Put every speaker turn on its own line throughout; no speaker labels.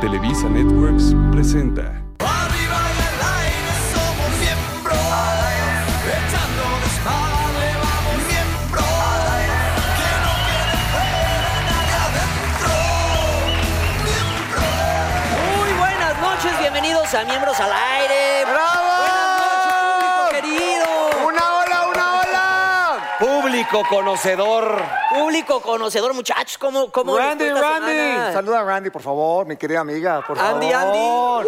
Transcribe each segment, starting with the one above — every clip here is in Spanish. Televisa Networks presenta
Arriba en el aire somos miembros, echando desmadre vamos miembros, que no quede fuera nadie adentro.
Muy buenas noches, bienvenidos a Miembros al Aire. ¡Bravo! Querido
¡Una ola, una ola!
público conocedor. Público conocedor, muchachos, ¿cómo, cómo les
Randy,
fue esta
Randy.
semana?
Saluda a Randy, por favor, mi querida amiga, por
Andy, Andy.
favor.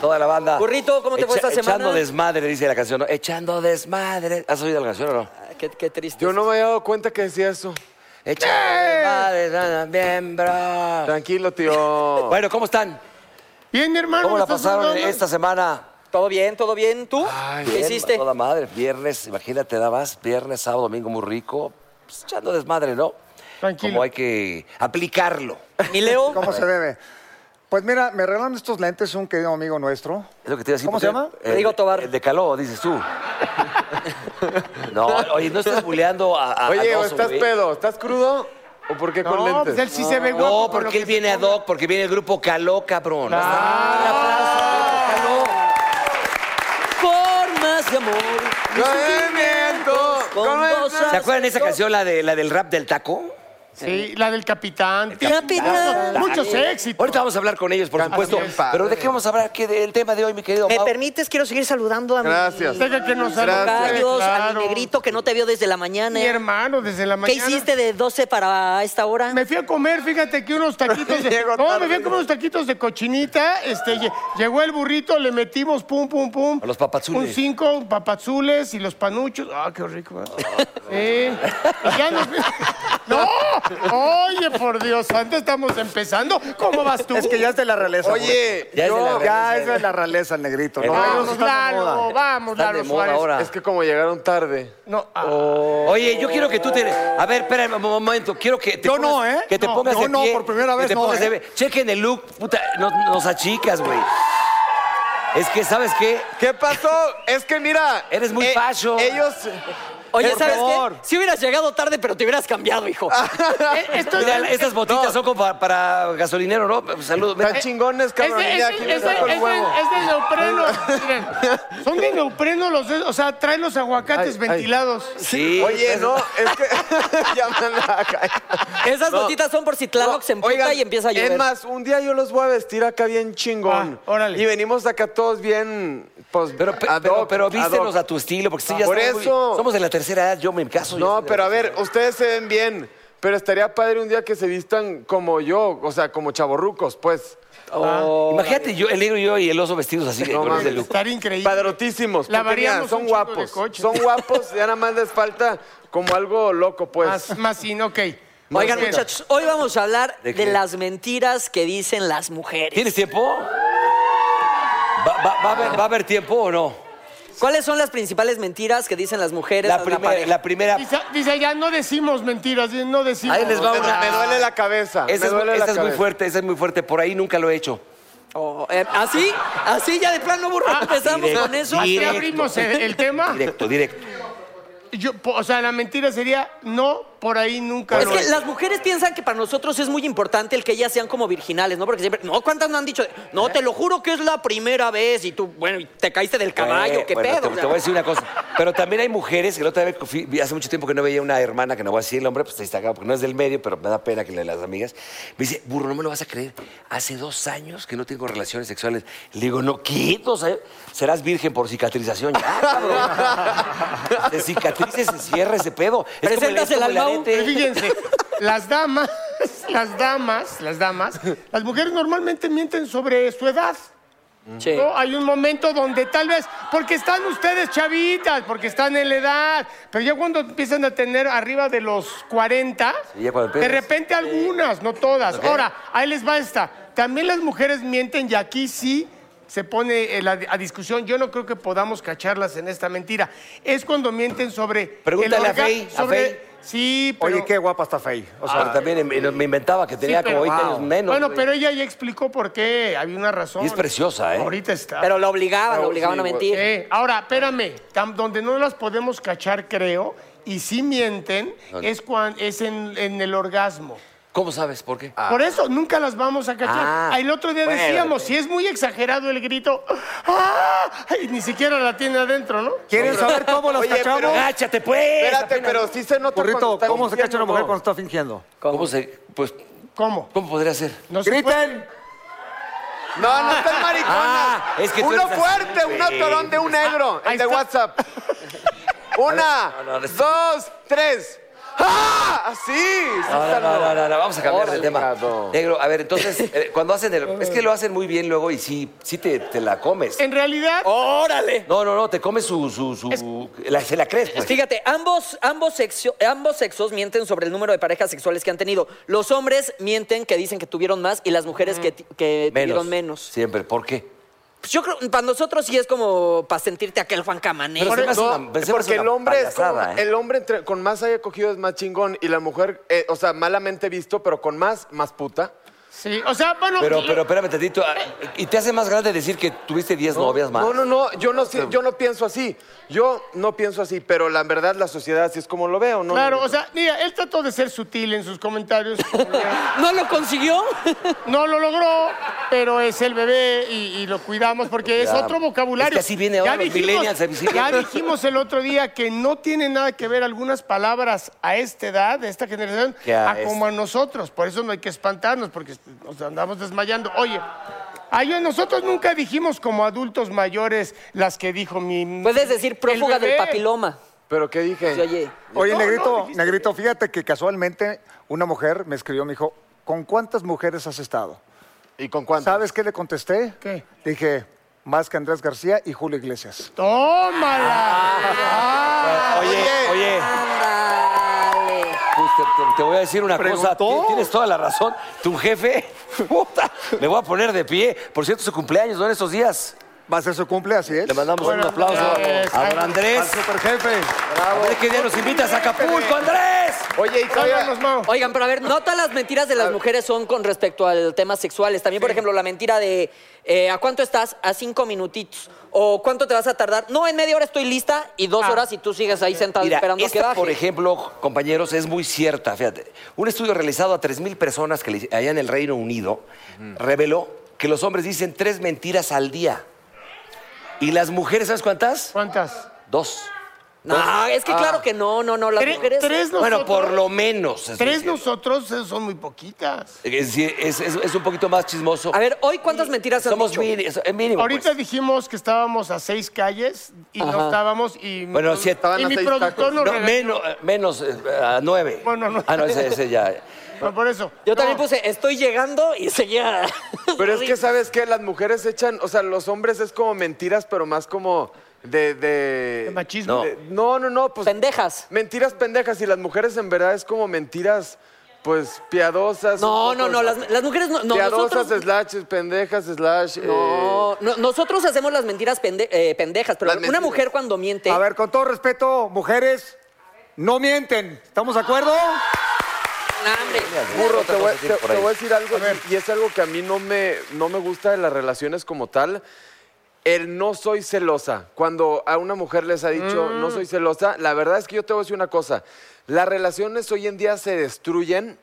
Toda la banda.
Burrito, ¿cómo te fue esta semana?
Echando desmadre, dice la canción. ¿no? Echando desmadre. ¿Has oído la canción o no?
Ah, Qué, qué triste.
Yo no me había dado cuenta que decía eso. ¡Eh!
Echando desmadre, bien, bro.
Tranquilo, tío.
Bueno, ¿cómo están?
Bien, mi hermano.
¿Cómo la pasaron esta semana?
¿Todo bien? ¿Todo bien? ¿Tú? ¿Qué
Bien,
hiciste?
Toda madre. Viernes, imagínate, nada más. Viernes, sábado, domingo, muy rico. Pues, echando desmadre, ¿no?
Tranquilo.
Como hay que aplicarlo.
¿Y Leo?
¿Cómo se debe? Pues mira, me regalaron estos lentes un querido amigo nuestro.
Es lo que te iba a decir,
¿Cómo se
porque
llama?
el-
Rodrigo Tobar.
El de Caló, dices tú. no, oye, no estás buleando a, a- a
Oye, ¿o
Doso,
¿estás
Ah, güey.
pedo? ¿Estás crudo? ¿O por qué con
No,
lentes?
pues él sí se Ah, ve guapo.
No, porque él viene a Doc, porque viene el grupo Caló, cabrón.
Formas de amor.
¡Movimiento!
Con
¿Cómo
dos
estás?
¿Se acuerdan de esa canción, la, de, la del rap del taco?
Sí, la del capitán.
Capitán.
Muchos éxitos.
Ahorita vamos a hablar con ellos, por supuesto.
es.
Pero ¿de qué vamos a hablar? ¿Qué del tema de hoy, mi querido
¿Me
Mau?
permites? Quiero seguir saludando a mi-
Gracias.
Deja que nos
Gracias.
Gallos, a
Claro.
mi negrito que no te vio desde la mañana.
Mi hermano, desde la
¿Qué
mañana.
hiciste de 12 para esta hora?
Me fui a comer, fíjate que unos taquitos de.
Llegó
No,
tarde.
me fui a comer unos taquitos de cochinita. Este, lle- llegó el burrito, le metimos pum, pum, pum.
A los papazules.
Un cinco, un papazules y los panuchos. Ah, qué rico. ¿eh? Sí. Y ya nos- ¡No! Oye, por Dios, antes estamos empezando. ¿Cómo vas tú?
Es que ya es de la realeza.
Oye,
Ya es de la
güey.
yo-
ya
realeza.
es
¿eh?
de la realeza el
Eh,
negrito.
El-
No,
Ah,
no,
Vamos,
no,
Lalo, vamos,
Están
Lalo
de moda
Suárez.
ahora. Oh.
Es que como llegaron tarde.
No, ah,
Oye, yo quiero que tú te... A ver, espérame un momento. Quiero que te
Yo
pongas,
no, ¿eh?
Que te
No,
pongas
yo
de
no,
pie,
por primera
que
vez
te
no,
pongas
¿eh?
de pie. Chequen el look. Puta, nos, nos achicas, güey. Es que, ¿sabes qué?
¿Qué pasó? Es que mira. eh,
Eres muy fashion.
Ellos. eh,
Oye,
Por
¿sabes
favor.
qué? Si hubieras llegado tarde, pero te hubieras cambiado, hijo.
esto
Mira, estas botitas son como para, para gasolinero, ¿no? Saludos. mira.
Están chingones,
Es
cabrón.
de, es
Mira,
de-
aquí
es
les
de-
saco
es
el
de-
huevo.
es de neopreno. Miren, son de neopreno los dedos. O sea, traen los aguacates
Ay, ay.
ventilados.
Sí.
Oye,
es-
no, es que. ya me la caí.
Esas
No.
botitas son por si Tlaloc
No,
se emputa
oigan,
y empieza a llover.
Es más, un día yo los voy a vestir acá bien chingón.
Ah, órale.
Y venimos acá todos bien, pues,
Pero, pe-
ad
pero,
hoc,
pero
ad
vístelos
hoc.
a tu estilo, porque sí, ya
Por
estamos muy-
eso.
somos de la tercera edad, yo me caso. ya
No,
estoy de
pero
la-
a ver, ustedes se ven bien. Pero estaría padre un día que se vistan como yo, o sea, como chavorrucos, pues.
Oh, Imagínate, yo, el negro y yo y el oso vestidos así
No
con ese
mames.
look.
Estar increíble.
Padrotísimos.
La
porque mira,
variamos un
son
chingo de
guapos.
coches.
Son guapos, ya nada más les falta como algo loco, pues.
Más, más sin, ok.
Oigan,
Más sin.
muchachos, hoy vamos a hablar
¿De
de,
qué?
las mentiras que dicen las mujeres.
¿Tienes tiempo? ¿Va, va- va a haber, va a haber tiempo o no?
¿Cuáles son las principales mentiras que dicen las mujeres a
La
una
primera,
pareja?
la primera.
Dice, dice, ya no decimos mentiras, dice, no decimos.
Ahí les va
Me,
una.
Pues, me duele la
Esa
cabeza. Ah, me
es,
duele la
esa es muy
cabeza.
fuerte, esa es muy fuerte. Por ahí nunca lo he hecho.
Oh, eh, ¿Así? ¿Así ya de plano, burro?
Ah,
¿Empezamos
directo,
con eso?
Así
directo.
abrimos el, el tema.
Directo, directo.
Yo, po- o sea, la mentira sería no, por ahí nunca.
Es
lo
que
es.
las mujeres piensan que para nosotros es muy importante el que ellas sean como virginales, ¿no? Porque siempre, no, ¿cuántas no han dicho? No, te lo juro que es la primera vez y tú, bueno, y te caíste del caballo,
Eh,
¿qué
bueno,
pedo?
Te,
O sea,
te voy a decir una cosa. Pero también hay mujeres que no te hace mucho tiempo que no veía una hermana que no voy a decir el hombre, pues te destacaba porque no es del medio, pero me da pena que le las amigas. Me dice, burro, no me lo vas a creer. Hace dos años que no tengo relaciones sexuales. Le digo, no, ¿qué? Dos años? Serás virgen por cicatrización. Ya, cabrón. De cicatrices se cierra ese pedo. Es como el- es
Preséntasela
como el
al Mau.
arete.
Fíjense, las damas, las damas, las damas, las mujeres normalmente mienten sobre su edad.
Sí.
¿no? Hay un momento donde tal vez, porque están ustedes chavitas, porque están en la edad, pero ya cuando empiezan a tener arriba de los 40,
Sí, ya cuando
de
empiezas.
repente algunas, no todas. Ahora, ahí les va esta. También las mujeres mienten y aquí sí se pone eh, la- a discusión. Yo no creo que podamos cacharlas en esta mentira. Es cuando mienten sobre... el
Pregúntale a
orga-
Fey, a
sobre-
Fey.
Sí, pero...
Oye, qué guapa está Fey. O sea,
Pero también me, me inventaba que tenía
pero-
como 20
wow.
años menos.
Bueno,
güey.
pero ella ya explicó por qué. Había una razón.
Y es preciosa, ¿eh?
Ahorita está.
Pero la obligaban, la obligaban a mentir.
Eh, ahora, espérame. tam- donde no las podemos cachar, creo, y si mienten, es, cuan- es en, en el orgasmo.
¿Cómo sabes? ¿Por qué?
Por eso nunca las vamos a cachar.
Ah.
Ah, el otro día
Bueno,
decíamos, si es muy exagerado el grito, ¡ah! y ni siquiera la tiene adentro, ¿no?
¿quieren saber cómo las
Oye, pero-
cachamos?
¡Agáchate, pues!
Espérate, pero sí se nota cuando
Burrito,
está
¿cómo se cacha una
mintiendo,
mujer
¿no?
cuando está fingiendo?
¿Cómo se...? Pues,
¿Cómo?
¿cómo podría ser?
No se puede.
¡Griten!
No, no estás maricona.
Ah, es que tú
Uno
eres así,
fuerte, un atorón de un
Ah,
negro. El de WhatsApp. Una,
No, no, no.
dos, tres. ¡Ah! Así. sí
No, no,
está
no, no,
loco.
no, no, vamos a cambiar de tema.
Obligado.
Negro, a ver, entonces, eh, cuando hacen el... Es que lo hacen muy bien luego y sí, sí te, te la comes.
En realidad,
¡Órale!
No, no, no, te comes su... su, su la- se la crees, pues.
Fíjate, ambos, ambos, sexio- ambos sexos mienten sobre el número de parejas sexuales que han tenido. Los hombres mienten que dicen que tuvieron más y las mujeres que, ti- que tuvieron menos.
Siempre, ¿por qué?
Pues yo creo, para nosotros sí es como para sentirte aquel Juan Camané.
Pero se me hace
No,
una- se me hace
porque el
una
hombre es como-
payasada, ¿eh?
el hombre entre- con más haya cogido es más chingón y la mujer, eh, o sea, malamente visto, pero con más, más puta.
sí. O sea, bueno,
Pero, pero, espérame tantito. ah, ¿Y te hace más grande decir que tuviste 10 novias más?
No, no, no, yo no, sé- yo no pienso así. Yo no pienso así, pero la verdad la sociedad así es como lo veo, ¿no?
claro,
No,
o sea, mira, él trató de ser sutil en sus comentarios.
¿No lo consiguió?
No lo logró, pero es el bebé y, y lo cuidamos porque es
Ya.
otro vocabulario.
Es que así viene ahora los millennials, así viene.
ya dijimos el otro día que no tiene nada que ver algunas palabras a esta edad, de esta generación,
Que a
a como a nosotros. Por eso no hay que espantarnos porque nos andamos desmayando. Oye. ay, nosotros nunca dijimos como adultos mayores las que dijo mi...
Puedes decir prófuga
el
del
bebé.
papiloma.
Pero ¿qué dije?
Sí, oye.
Oye,
No, no,
Negrito,
dijiste
Negrito, fíjate que casualmente una mujer me escribió, me dijo, ¿con cuántas mujeres has estado?
¿Y con cuánto?
¿Sabes qué le contesté?
¿Qué?
Le Dije, más que Andrés García y Julio Iglesias.
¡Tómala! Ah.
Oye, oye. Pues te, te- te voy a decir una
Preguntó.
cosa. Ti- Tienes toda la razón. Tu jefe, puta, me voy a poner de pie. Por cierto, su cumpleaños, ¿no? En estos días.
Va a ser su cumple, así es. pues,
Le mandamos un aplauso
pues,
Felicidades.
a
Al
don Andrés.
superjefe.
A ver qué día nos invitas a Acapulco, Andrés.
Oye, y todavía-
Vámonos, Mau.
Oigan, pero a ver, nota las mentiras de las mujeres son con respecto al tema sexuales. También, por ejemplo, la mentira de eh, ¿a cuánto estás? A cinco minutitos. O ¿cuánto te vas a tardar? No, en media hora estoy lista y dos horas y tú sigues ahí sentado
Mira,
esperando a que
esta,
baje.
por ejemplo, compañeros, es muy cierta. Fíjate, un estudio realizado a 3.000 personas que le- allá en el Reino Unido reveló que los hombres dicen tres mentiras al día. ¿Y las mujeres, sabes cuántas?
¿Cuántas?
Dos. Ah.
no, es que claro que no, no, no. Las
Tres-
mujeres.
Ah. tres no-
Bueno,
Nosotros-
por lo menos. es
Tres
decir.
nosotros eh, son muy poquitas.
Es, decir, es- es- es un poquito más chismoso.
A ver, hoy cuántas mentiras han
Somos
dicho?
mini- es- es mínimo.
Ahorita
pues.
dijimos que estábamos a seis calles y no estábamos y mi
Bueno,
produ-
siete.
Estaban
y
a
mi
seis
productor
tacos.
nos
No,
regañó.
menos, eh, menos eh, a nueve.
Bueno, no.
Ah, no, ese, ese ya.
Bueno, por eso.
Yo
No,
también puse, estoy llegando y seguía.
Pero es que, ¿sabes qué? Las mujeres echan, o sea, los hombres es como mentiras, pero más como de... de...
de machismo.
No.
de- no, no, no, pues...
Pendejas.
Mentiras pendejas y las mujeres en verdad es como mentiras, pues, piadosas.
No,
un
no,
poco-
no, las, las mujeres no. no,
piadosas,
nosotros,
slash, pendejas, slash... eh,
no, no, nosotros hacemos las mentiras pende- eh, pendejas, pero
Las
una
mentiras.
mujer cuando miente.
A ver, con todo respeto, mujeres, no mienten. ¿Estamos de acuerdo?
no, hombre.
Burro,
Otra
te voy,
cosa tiene
te-
por
te
ahí.
voy a decir algo y y es algo que a mí no me, no me gusta de las relaciones como tal. El no soy celosa. Cuando a una mujer les ha dicho
Mm.
no soy celosa, la verdad es que yo te voy a decir una cosa. Las relaciones hoy en día se destruyen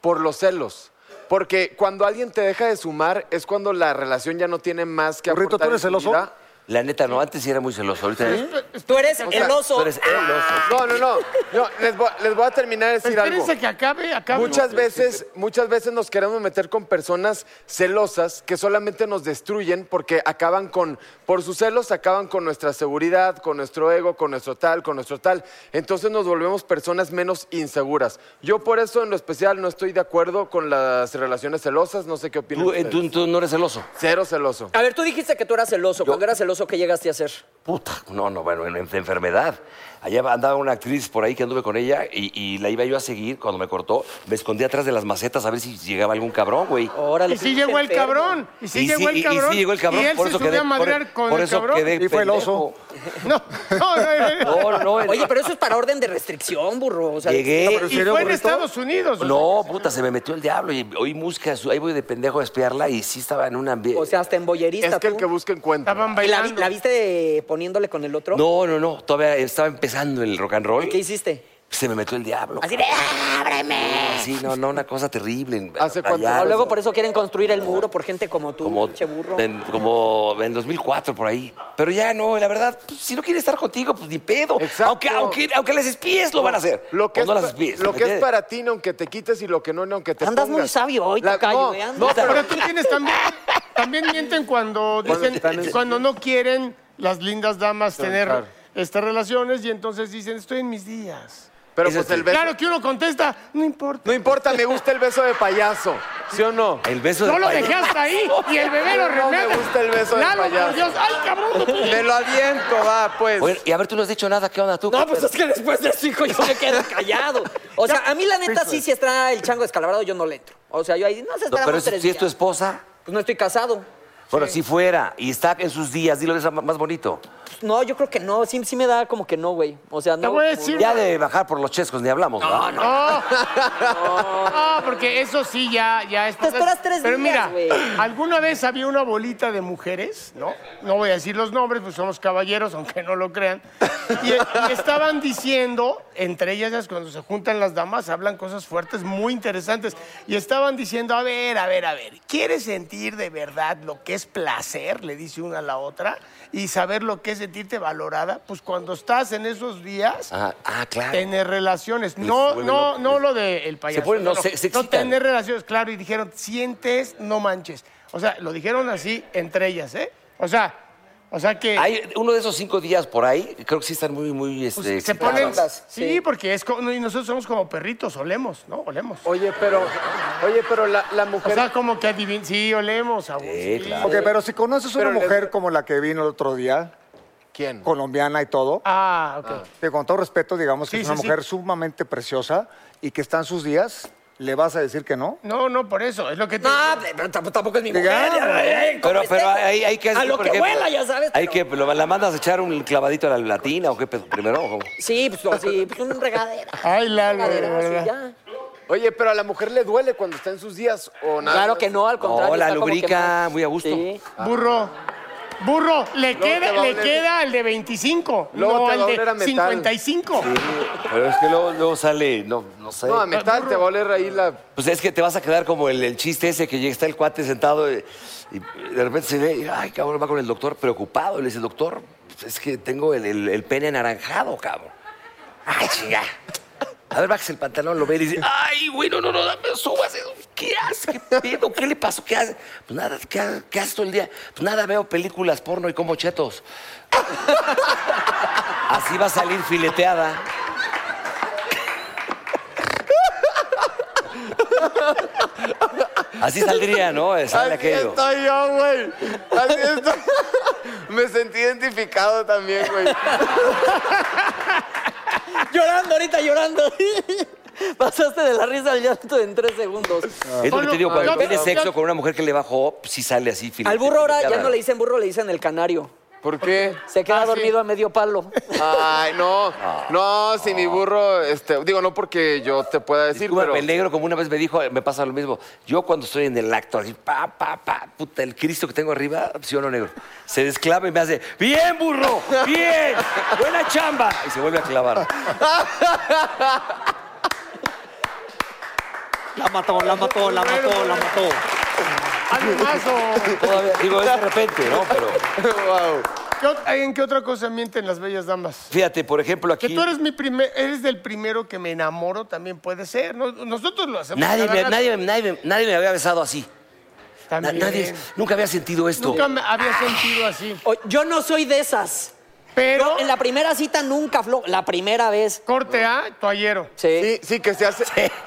por los celos. Porque cuando alguien te deja de sumar es cuando la relación ya no tiene más que
Burrito,
aportar
¿tú eres
en su
celoso?
vida.
La neta, no, antes sí era muy celoso. Ahorita ¿eh?
Tú eres
O sea,
el oso.
tú eres el oso.
No, no, no. No, les, voy, les voy a terminar de decir algo.
Espérense que acabe, acabe.
Muchas veces, muchas veces nos queremos meter con personas celosas que solamente nos destruyen porque acaban con, por sus celos, acaban con nuestra seguridad, con nuestro ego, con nuestro tal, con nuestro tal. Entonces nos volvemos personas menos inseguras. Yo por eso en lo especial no estoy de acuerdo con las relaciones celosas. No sé qué opinan
Tú, eh,
ustedes.
tú- tú no eres el oso.
Cero celoso.
A ver, tú dijiste que tú eras celoso. Cuando eras celoso, ¿qué llegaste a hacer?
Puta, no, no, bueno, en, en enfermedad. Allá andaba una actriz por ahí que anduve con ella y, y la iba yo a seguir cuando me cortó. Me escondí atrás de las macetas a ver si llegaba algún cabrón, güey.
Órale,
Y sí llegó el cabrón. Y sí llegó
y-
el
y
cabrón.
sí llegó el cabrón,
Y él
por
se
eso
subió
quedé-
a madrear
por-
con
por
el
eso
cabrón.
quedé
Y fue el oso.
No, no, no, no.
No, no, no. el-
Oye, pero eso es para orden de restricción, burro. O sea,
Llegué.
no, pero-
Y fue en Estados Unidos. o sea,
No, puta, se me metió el diablo y oí música, su- ahí voy de pendejo a espiarla y sí estaba en un ambiente.
O sea, hasta en boyerista.
Es que el
tú.
que busca encuentra.
Estaban
¿Y la, vi-
bailando.
la viste de- poniéndole con el otro?
no, no, no, todavía estaba empezando el rock and roll.
¿Qué hiciste?
Se me metió el diablo.
Así de, ¡ábreme!
Sí, no, no, una cosa terrible.
¿Hace cuánto?
Allá,
O luego por eso quieren construir el muro por gente como tú,
como,
pinche burro.
En, como en 2004 por ahí. Pero ya no, la verdad, pues, si no quiere estar contigo, pues ni pedo.
Exacto.
Aunque, aunque, aunque las espíes lo van a hacer.
Lo que,
O no
es,
las
pa-
espíes.
lo que es
¿entiendes?
para ti, no aunque te quites, y lo que no, no aunque te
Andas muy
pongas.
sabio hoy,
La-
tocayo,
no,
eh, andas.
no, pero
Pero tú tienes también. También mienten cuando dicen.
están en-
Cuando no quieren las lindas damas tener
claro.
estas relaciones y entonces dicen, estoy en mis días.
Pero
Eso
pues
sí.
el beso.
Claro que uno contesta, no importa.
No importa, me gusta el beso de payaso. ¿Sí o no?
El beso
No
del
lo
país.
dejé hasta ahí y el bebé lo
No me
remeda.
gusta el beso del
Lalo,
payaso.
por Dios. ¡Ay, cabrón! no puedo.
Me lo aviento, va, pues.
Oye, y a ver, tú no has dicho nada, ¿qué onda tú?
No, pues es que después de eso, hijo, yo me quedo callado. O sea, a mí la neta sí, si está el chango descalabrado, yo no le entro. O sea, yo ahí, no sé,
No, pero
esperamos
si
tres
si es
días.
tu esposa,
Pues no estoy casado.
bueno, si fuera y está en sus días, dilo de esa ma- más bonito.
Pues no, yo creo que no. Sí, sí me da como que no, güey. O sea, no.
Te voy a
como-
decir.
Ya de bajar por los chescos ni hablamos, ¿no? No,
No, no, Oh. porque eso sí ya, ya es.
Te esperas tres
Pero
días,
mira,
güey.
alguna vez había una bolita de mujeres, ¿no? No voy a decir los nombres, pues somos caballeros, aunque no lo crean. Y, y estaban diciendo, entre ellas es cuando se juntan las damas, hablan cosas fuertes, muy interesantes. Y estaban diciendo, a ver, a ver, a ver, ¿quieres sentir de verdad lo que es placer? Le dice una a la otra. Y saber lo que es sentirte valorada, pues cuando estás en esos días,
Ajá, Ah, claro.
Tener relaciones.
Les
No,
vuelve
no,
loco.
no lo del payaso.
ponen- no, se- se
no
excitan.
tener relaciones, claro. Y dijeron, sientes, no manches. O sea, lo dijeron así entre ellas, ¿eh? O sea, o sea que
Hay uno de esos cinco días por ahí, creo que sí están muy, muy. Este,
pues, se
excitados.
ponen.
excitadas,
Sí,
sí.
porque es como- y nosotros somos como perritos, olemos, ¿no? Olemos.
Oye, pero, oye, pero la, la
O
mujer.
sea, como que adivin... Sí, olemos, Agus, sí.
claro.
Ok, pero si conoces una
Pero les-
mujer como la que vino el otro día,
¿Quién?
colombiana y todo,
Ah, ok.
que con todo respeto, digamos que
Sí,
es una
sí, sí.
mujer sumamente preciosa y que está en sus días, ¿le vas a decir que no?
No, no, por eso. Es lo que te.
No, pero tamp- tampoco es mi mujer.
"Ah,
Digamos,
ya, ya,
eh, Pero,
¿cómo
pero
esté?
hay, hay que.
A lo
por
que
ejemplo,
vuela, ya sabes.
Hay
pero-
que. lo- ¿La mandas a echar un clavadito a la latina o qué pedo? Primero. ¿o cómo?
Sí, pues, no, sí, pues una regadera.
Ay, Lalo,
Una
de
regadera, sí,
verdad.
ya.
Oye, pero a la mujer le duele cuando está en sus días o nada.
Claro que no, al contrario.
la
está como que
lubrica
más-
muy a gusto.
Sí.
Ah. Burro. Burro, le
te
queda,
va a
le
oler.
queda el de 25,
Luego
no
te va a
el
oler a
de
metal.
55.
Pero es que luego, luego sale. No, no sé.
No, a
Ah,
metal te va a oler ahí la.
Pues es que te vas a quedar como el, el chiste ese que llega- está el cuate sentado eh, y, de repente se ve, ay, cabrón, va con el doctor preocupado. Y le dice, doctor, pues es que tengo el, el- el pene anaranjado, cabrón. Ay, chinga. A ver, bájese el pantalón, lo ve y dice, ay, güey, no, no, no, dame, subas eso. ¿Qué hace? ¿Qué pedo? ¿Qué le pasó? ¿Qué hace? Pues nada, ¿qué, ha- qué haces todo el día? Pues nada, veo películas porno y como chetos. Así va a salir fileteada. Así saldría, ¿no? Sale
Así
aquello.
estoy yo, güey. Así estoy. Me sentí identificado también, güey.
Llorando, ahorita llorando. Pasaste de la risa al llanto en tres segundos.
Es lo que te digo, cuando
Solo-
tienes
yo-
sexo
yo-
con una mujer que le bajó, pues, sí sale así filete-
Al burro ahora ya
fileteada.
no le dicen burro, le dicen el canario.
¿Por qué?
Se
Ah,
queda dormido a medio palo.
Ay, no. No, si mi burro, este, digo, no porque yo te pueda decir,
Discúlpame,
pero.
el negro, como una vez me dijo, me pasa lo mismo. Yo cuando estoy en el acto, así, pa, pa, pa, puta, el Cristo que tengo arriba, sí o no, negro. Se desclava y me hace, bien, burro, bien, buena chamba. Y se vuelve a clavar.
La mató, la mató, la mató, la mató.
Algo más o-
Pues Todavía, digo, es de repente, ¿no? Pero
Wow.
¿Qué ot- ¿En qué otra cosa mienten las bellas damas?
Fíjate, por ejemplo,
Que
aquí.
tú eres mi primer, eres del primero que me enamoro, también puede ser. No- Nosotros lo hacemos.
Nadie
cada
me,
rato.
nadie, me- nadie me- nadie me había besado así. Na-
También.
nadie- nunca había sentido esto.
Nunca me había sentido así.
O- Yo no soy de esas.
Pero,
Yo en la primera cita nunca, Flo. La primera vez.
corte A, toallero.
Sí.
Sí, sí, que se hace.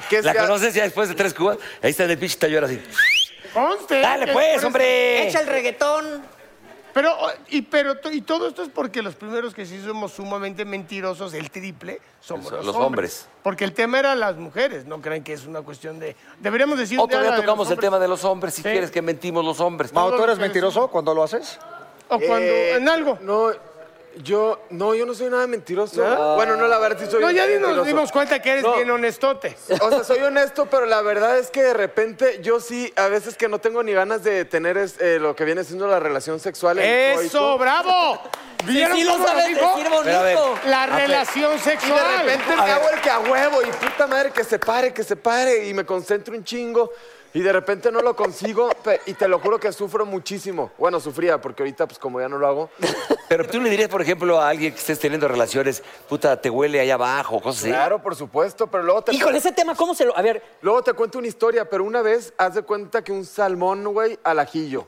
Que
¿La
se ha-
conoces ya después de tres cubas? Ahí está en el pinche taller así.
Conste.
¡Dale,
que-
pues,
pero-
hombre!
Echa el reggaetón.
Pero, o- y, pero, to- y todo esto es porque los primeros que sí somos sumamente mentirosos, el triple, somos
Eso,
los,
los
hombres.
hombres.
Porque el tema era las mujeres, no creen que es una cuestión de... Deberíamos decir...
Otro
ya la
día
de los
tocamos el
hombres.
tema de los hombres, si
Sí.
quieres que mentimos los hombres.
Mau, ¿tú
lo
eres
que
mentiroso cuando lo haces?
O cuando...
Eh,
en algo.
No, yo no, yo no soy nada mentiroso. Bueno, no, la verdad sí soy
No, ya
bien
ni nos
mentiroso.
dimos cuenta que eres
No.
bien honestote.
O sea, soy honesto, pero la verdad es que de repente yo sí, a veces que no tengo ni ganas de tener es, eh, lo que viene siendo la relación sexual. en coito.
¡Eso, bravo!
Y
¿Vieron
sí lo
cómo lo
sabes
dijo?
decir bonito.
Pero a ver,
La relación
Y de
sexual.
repente me hago el que a huevo y puta madre que se pare, que se pare y me concentro un chingo y de repente no lo consigo pe- y te lo juro que sufro muchísimo. Bueno, sufría porque ahorita pues como ya no lo hago.
Pero tú le dirías, por ejemplo, a alguien que estés teniendo relaciones, puta, te huele allá abajo, cosas así.
Claro, por supuesto, pero luego te...
Híjole, ese tema, ¿cómo se lo...? A ver,
Luego te cuento una historia, pero una vez haz de cuenta que un salmón, güey, al ajillo.